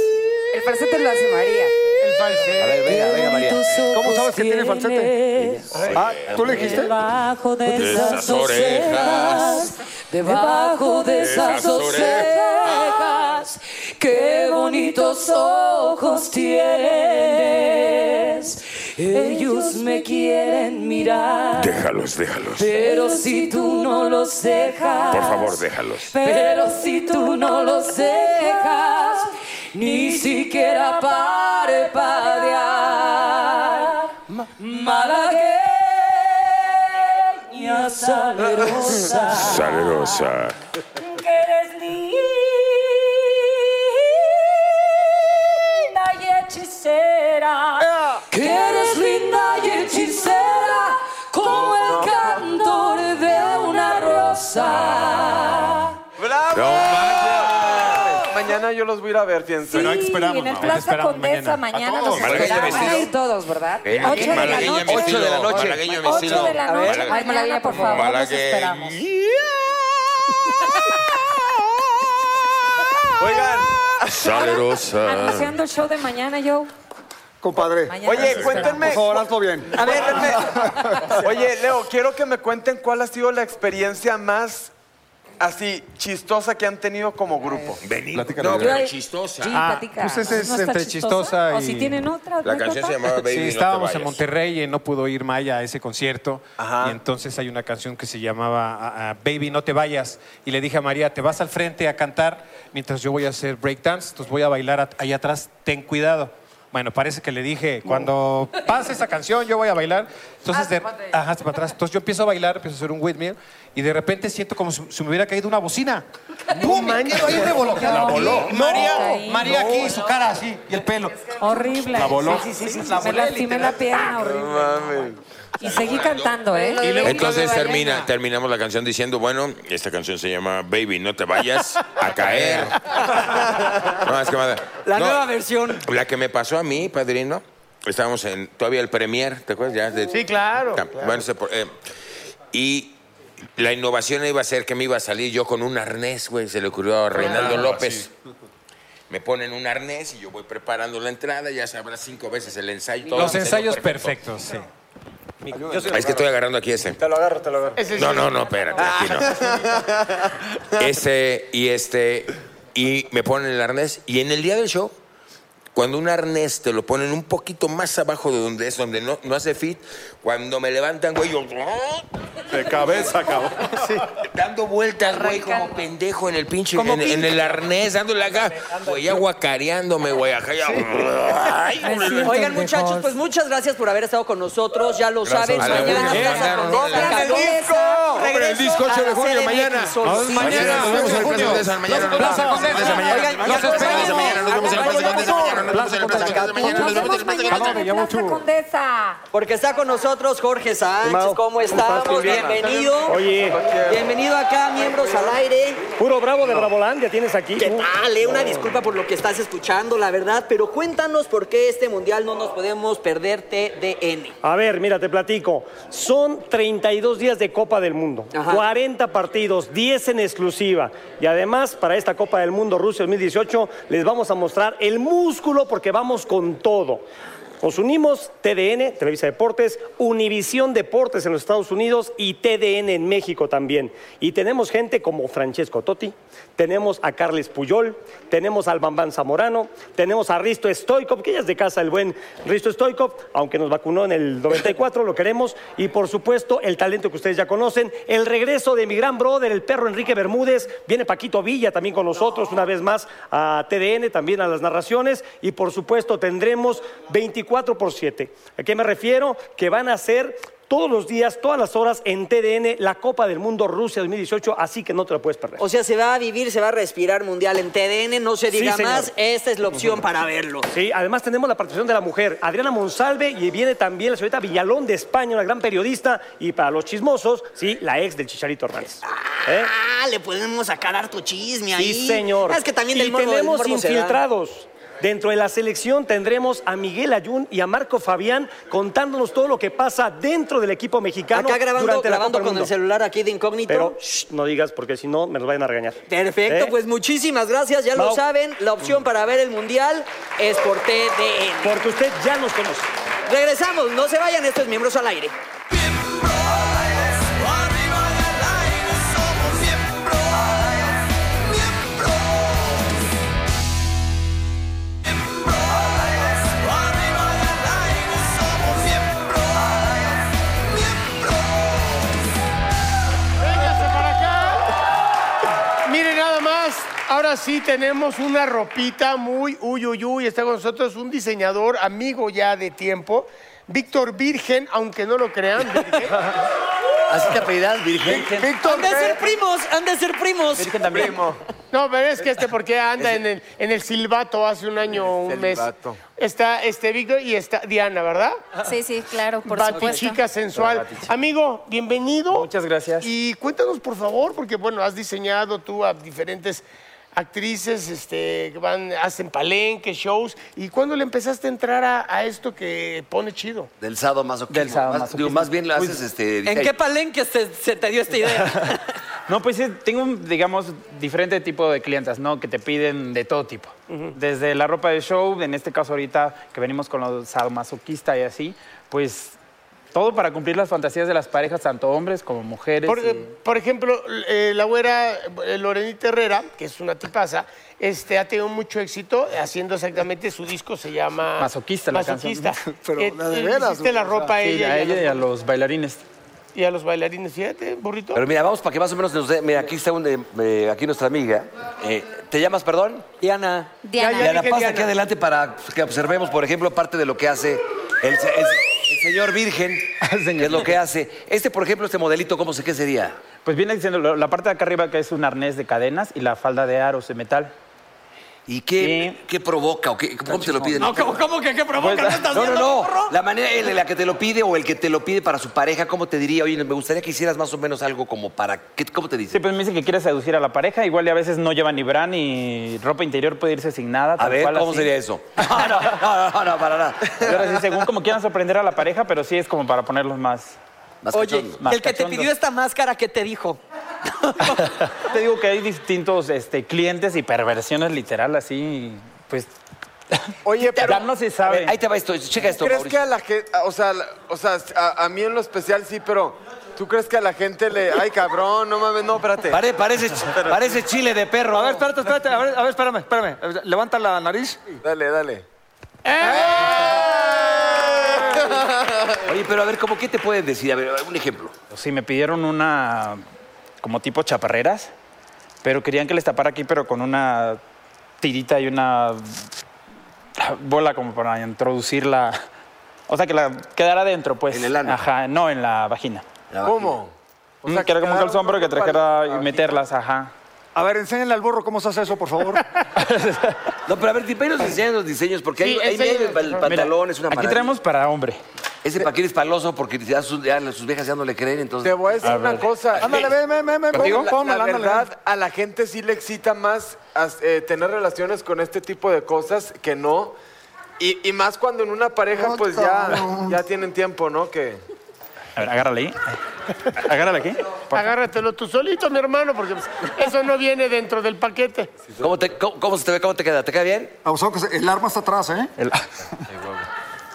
El falsete lo hace María.
El falsete.
A ver, venga, venga, María.
¿Cómo sabes que tiene falsete? Ah, ¿tú le dijiste?
Debajo de esas
Esas orejas.
orejas, debajo de esas
Esas orejas.
orejas, qué bonitos ojos tienes. Ellos me quieren mirar,
Déjalos, déjalos.
pero si tú no los dejas.
Por favor, déjalos.
Pero si tú no los dejas, ni siquiera parpadear. Malagueña salerosa,
Salerosa.
que eres linda y hechicera. Que eres linda y hechicera, como el cantor de una rosa.
¡Bravo!
No
Mañana yo los voy a ir a ver, fíjense.
Pero ahí te
Y
esperamos,
en el
Mau, ahí te
Plaza
esperamos
Condesa
mañana.
mañana
A
nos
todos.
Malagueña
este
esperamos.
vestido.
Van a ir todos, ¿verdad?
Eh,
Ocho de la
malagueña
noche.
vestido,
de la noche.
Malagueño
Ocho
vestido.
de la noche.
Malagueño.
Ay, Malagueña, por favor, nos
Malagueña.
esperamos.
Oigan,
Salerosa.
Anunciando el show de mañana, yo.
compadre.
Mañana Oye, nos cuéntenme.
Por favor, hazlo bien.
A ver, denme- Oye, Leo, quiero que me cuenten cuál ha sido la experiencia más así chistosa que han tenido como grupo.
Vení.
Platícala,
No,
Leo.
pero chistosa.
Sí, Ah, platica.
Pues ese es
¿No está
entre
chistosa?
chistosa
¿O
y...
si tienen otra,
La otra canción se llamaba Baby,
Sí,
no te
estábamos
vayas.
en Monterrey y no pudo ir Maya a ese concierto. Y entonces hay una canción que se llamaba ah, ah, Baby, no te vayas. Y le dije a María, te vas al frente a cantar mientras yo voy a hacer breakdance. Entonces voy a bailar at- ahí atrás, ten cuidado. Bueno, parece que le
Uh.
dije, cuando pase esa canción, yo voy a bailar. Entonces, de- ajá, hazte para atrás. Entonces yo empiezo a bailar, empiezo a hacer un windmill y de repente siento como si, si me hubiera caído una bocina. ¡Pum! Me quedo ahí revoloteado.
La voló.
Aquí. María,
No.
María aquí,
No.
su cara así y el pelo.
Horrible.
La voló.
Sí, sí, sí, sí,
La
Me
volé,
lastimé la
literal.
pierna horrible. Y seguí cantando, ¿eh?
Entonces termina, terminamos la canción diciendo, bueno, esta canción se llama Baby, no te vayas a caer. No, es que madre-
La
no,
nueva versión.
La que me pasó a mí, padrino, estábamos en todavía el premier, ¿te acuerdas? Ya de-
Sí, claro.
Tam- bueno, se po- eh, y la innovación iba a ser que me iba a salir yo con un arnés, güey. Se le ocurrió a Reinaldo
Claro,
López. Me ponen un arnés y yo voy preparando la entrada. Ya sabrá cinco veces el ensayo. todo
Los
me salió
ensayos
perfecto.
perfectos, sí.
Ah, es que estoy agarrando aquí ese.
Te lo agarro, te lo agarro.
No, no, no, espérate, aquí no. Ese y este. Y me ponen el arnés. Y en el día del show, cuando un arnés te lo ponen un poquito más abajo de donde es, donde no, no hace fit, cuando me levantan, güey, yo.
De cabeza, cabrón.
Dando vueltas, güey, como pendejo en el pinche.
Como
En, en el arnés, dándole acá. Güey, ya guacareándome, güey, acá ya. Ay, güey.
Oigan, muchachos, pues muchas gracias por haber estado con nosotros. Ya lo
Gracias.
saben.
Vale,
Mañana
bien.
casa con
Compren
Rosa
el
Caló.
disco. Compren el
Regreso
disco,
a
ocho de
la
junio,
CDMX
mañana.
Sol.
Nos vemos mañana, nos vemos en el Plaza Condesa mañana. Plaza Condesa mañana. Nos esperamos mañana, nos vemos en el Plaza Condesa mañana, nos vemos en el Plaza Condesa mañana, nos vemos en el Plaza Condesa mañana.
Condesa. Porque está con nosotros Jorge Sánchez.
Mau,
¿Cómo
¿cómo estás?
estamos?
Bien.
Bienvenido.
Oye.
Bienvenido acá, miembros al aire.
Puro bravo de Bravolandia tienes aquí. Uh.
¿Qué tal? eh? Una
No.
disculpa por lo que estás escuchando, la verdad, pero cuéntanos por qué este mundial no nos podemos perder TDN.
A ver, mira, te platico. Son 32 días de Copa del Mundo, 40 partidos, 10 en exclusiva. Y además, para esta Copa del Mundo Rusia 2018, les vamos a mostrar el músculo porque vamos con todo. Nos unimos TDN, Televisa Deportes, Univisión Deportes en los Estados Unidos y TDN en México también. Y tenemos gente como Francesco Totti, tenemos a Carles Puyol, tenemos al Bambán Zamorano, tenemos a Risto Stoikov, que ya es de casa el buen Risto Stoikov, aunque nos vacunó en el 94, lo queremos. Y por supuesto, el talento que ustedes ya conocen, el regreso de mi gran brother, el perro Enrique Bermúdez, viene Paquito Villa también con nosotros, una vez más a TDN, también a las narraciones. Y por supuesto, tendremos 24 por 7. ¿A qué me refiero? Que van a ser todos los días, todas las horas en TDN, la Copa del Mundo Rusia 2018, así que no te la puedes perder.
O sea, se va a vivir, se va a respirar mundial en TDN, no se
Sí,
diga
señor.
más, esta es la opción
Ujú.
para verlo.
Sí, además tenemos la participación de la mujer, Adriana Monsalve, y viene también la señorita Villalón de España, una gran periodista, y para los chismosos, sí, la ex del Chicharito Hernández. ¿Eh?
Ah, le podemos sacar harto chisme ahí.
Sí, señor.
Ah, Es que también
y
del morbo- del
tenemos
morbo se da.
infiltrados. Dentro de la selección tendremos a Miguel Ayun y a Marco Fabián contándonos todo lo que pasa dentro del equipo mexicano
Acá grabando,
durante la
grabando
Copa del
con el
Mundo.
celular aquí de incógnito.
Pero shh, no digas porque si no me los vayan a regañar.
Perfecto,
¿Eh?
pues muchísimas gracias, ya lo
Mau.
saben, la opción para ver el mundial es por TDN.
Porque usted ya nos conoce.
Regresamos, no se vayan, estos miembros al aire.
Miren nada más, ahora sí tenemos una ropita muy uy uy uy. Está con nosotros un diseñador amigo ya de tiempo, Víctor Virgen, aunque no lo crean.
Así te apellidas, Virgen.
Víctor
Han de ser primos, han de ser primos.
Virgen también. No, pero es que este porque anda en el, en el silbato hace un año o un mes.
silbato.
Está este Víctor y está Diana, ¿verdad?
Sí, sí, claro, por
Batichica
supuesto.
sensual.
Batichica.
Amigo, bienvenido.
Muchas gracias.
Y cuéntanos, por favor, porque bueno, has diseñado tú a diferentes actrices este, que van, hacen palenque, shows. ¿Y cuándo le empezaste a entrar a, a esto que pone chido?
Del sábado más Del
pues,
Más, digo, más bien lo haces este.
¿En qué palenque se, se te dio esta idea?
No, pues sí, tengo, un, digamos, diferente tipo de clientas, ¿no? Que te piden de todo tipo. Desde la ropa de show, en este caso ahorita que venimos con los sadomasoquistas y así, pues todo para cumplir las fantasías de las parejas, tanto hombres como mujeres.
Por,
y-
por ejemplo, eh, la güera eh, Lorenita Herrera, que es una tipaza, este, ha tenido mucho éxito haciendo exactamente su disco, se llama...
Masoquista la
Masoquista.
canción.
Pero de veras. Hiciste la ropa a
Sí,
ella,
a
y, a
ella y a los bailarines.
los, y a los bailarines. Fíjate, burrito.
Pero mira, vamos para que más o menos nos dé. Mira, aquí está un, eh, eh, aquí nuestra amiga. Eh, ¿Te llamas, perdón?
Diana.
Diana,
Ya, ya dije
pasa
Diana.
aquí adelante para que observemos, por ejemplo, parte de lo que hace el, se- el- el señor Virgen.
Ah,
que es lo que hace. Este, por ejemplo, este modelito, ¿cómo se qué sería?
Pues viene diciendo lo- la parte de acá arriba que es un arnés de cadenas y la falda de aros de metal.
¿Y qué, qué provoca? o qué- ¿Cómo te lo piden?
No, ¿cómo-
que qué
provoca? ¿No estás
no, no,
viendo,
no. La manera en la que te lo pide o el que te lo pide para su pareja, ¿cómo te diría? Oye, me gustaría que hicieras más o menos algo como para... ¿qué- ¿Cómo te dice?
Sí, pues me dice que quiere seducir a la pareja, igual y a veces no lleva ni bra ni ropa interior, puede irse sin nada.
A ver, ¿cómo sería eso? Ah, No, no, no, no, no, para nada.
Ahora sí, según como quieran sorprender a la pareja, pero sí es como para ponerlos más...
Oye, el que te pidió esta máscara, ¿qué te dijo?
Te digo que hay distintos este, clientes y perversiones literal así, pues...
Oye,
pero... no se sabe.
ahí te va esto, checa
¿Crees que a la gente, o sea, la- o sea a, a mí en lo especial sí, pero tú crees que a la gente le, ay cabrón, no mames, no, espérate.
Pare- parece, parece chile de perro.
A ver, espérate, espérate. A ver, a ver, espérame, espérame. Levanta la nariz.
Dale, dale.
Oye, pero a ver, ¿cómo qué te pueden decir? A ver, un ejemplo.
Sí, me pidieron una como tipo chaparreras, pero querían que les tapara aquí, pero con una tirita y una bola como para introducirla. O sea, que la quedara adentro, pues. En el ano. Ajá, no, en la vagina.
¿Cómo?
O sea, que era como un calzón, pero que trajera y meterlas, ajá.
A ver, enséñenle al burro cómo se hace eso, por favor.
No, pero a ver, dime los diseños, los diseños, porque
Sí,
hay, hay
enséñame,
medio,
por
el
favor.
pantalón
Mira,
es una
aquí
maravilla.
traemos para hombre.
Ese paquín es paloso porque ya sus, ya sus viejas ya no le creen, entonces...
Te voy a decir una cosa.
Ándale,
ven, ven, ven,
ven,
¿Contigo?
pon- ponla,
La- La,
ándale,
verdad, a la gente sí le excita más as- eh, tener relaciones con este tipo de cosas que no. Y, y más cuando en una pareja, pues ya, ya tienen tiempo, ¿no? Que...
A ver, agárrale ahí. Agárrale aquí.
Agárratelo tú solito, mi hermano, porque pues, eso no viene dentro del paquete.
¿Cómo, te- cómo- cómo se te ve? ¿Cómo te queda? ¿Te queda bien?
Ah, pues,
El arma está atrás, ¿eh?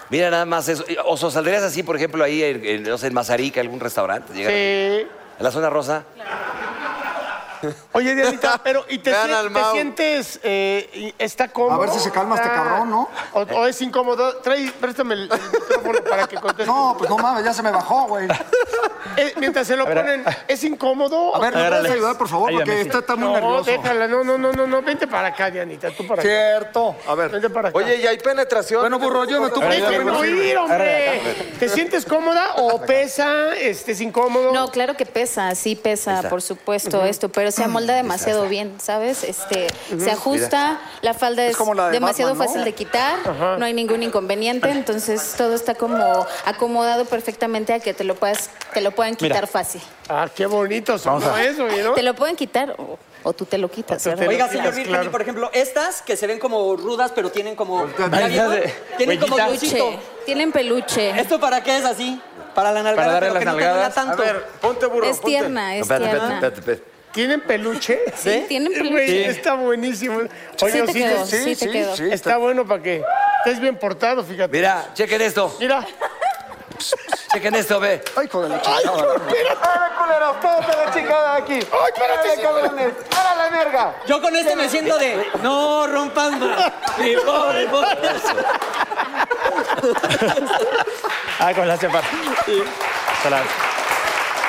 Mira nada más eso. ¿O so- saldrías así, por ejemplo, ahí, en, en, no sé, en Mazarica, algún restaurante? Llegar-
Sí.
¿En la zona rosa?
Oye, Dianita, pero ¿y te,
Vean
sien-
al
te
Mau.
sientes, eh, y- está cómodo?
A ver si se calma este
Ah,
cabrón, ¿no?
O, o es incómodo. Trae, préstame el, el micrófono para que conteste.
No, pues no mames, ya se me bajó, güey.
Eh, mientras se lo
A ver,
ponen, ¿es incómodo?
A ver, ¿me puedes Agárrale. ayudar, por favor? Porque Ayúdame, sí. esta está muy
no,
nervioso.
déjala, no, no, no, no, no, vente para acá, Dianita, tú para acá.
Cierto. A ver.
Vente para acá.
Oye, ¿y hay penetración?
Bueno, burro, yo me tuve
Déjame
que
oír, hombre. ¿Te sientes cómoda o pesa? Este, ¿Es incómodo?
No, claro que pesa, sí pesa,
Está.
por supuesto,
Ujú.
esto, pero se amolda demasiado bien, ¿sabes? Este,
Ujú.
se ajusta, la falda es,
como la de
demasiado
Batman, ¿no?
fácil de quitar,
Ajá.
no hay ningún inconveniente, entonces todo está como acomodado perfectamente a que te lo puedas, te lo puedan
Mira.
quitar fácil.
Ah, qué bonito sonó eso, ¿y no?
Te lo pueden quitar Oh, o, o tú te lo quitas, ¿verdad?
Oiga, señor Virgen, y por ejemplo, estas que se ven como rudas, pero tienen como. ¿Ya vieron? Tienen como
peluche,
peluchito.
tienen peluche.
¿Esto para qué es así? Para la nalgada,
darle
pero
las
que no te duela
nalgadas.
tanto.
A ver, ponte, burro,
Es ponte. tierna, es No, espérate, espérate, tierna.
¿Tienen peluche?
Sí, tienen
Güey,
peluche.
Está buenísimo.
Sí te quedó, sí te quedó.
está, bueno para que estés bien portado, fíjate.
Mira, chequen esto.
Mira.
Chequen esto, ve.
Ay, con el
Ay,
espérate, culeros, todos a la chingada aquí. Ay,
espérate, sí.
cabrones. ¡Para la verga!
Yo con este me siento de. No, rompan más. Mi pobre, pobre.
Ah, con la separa.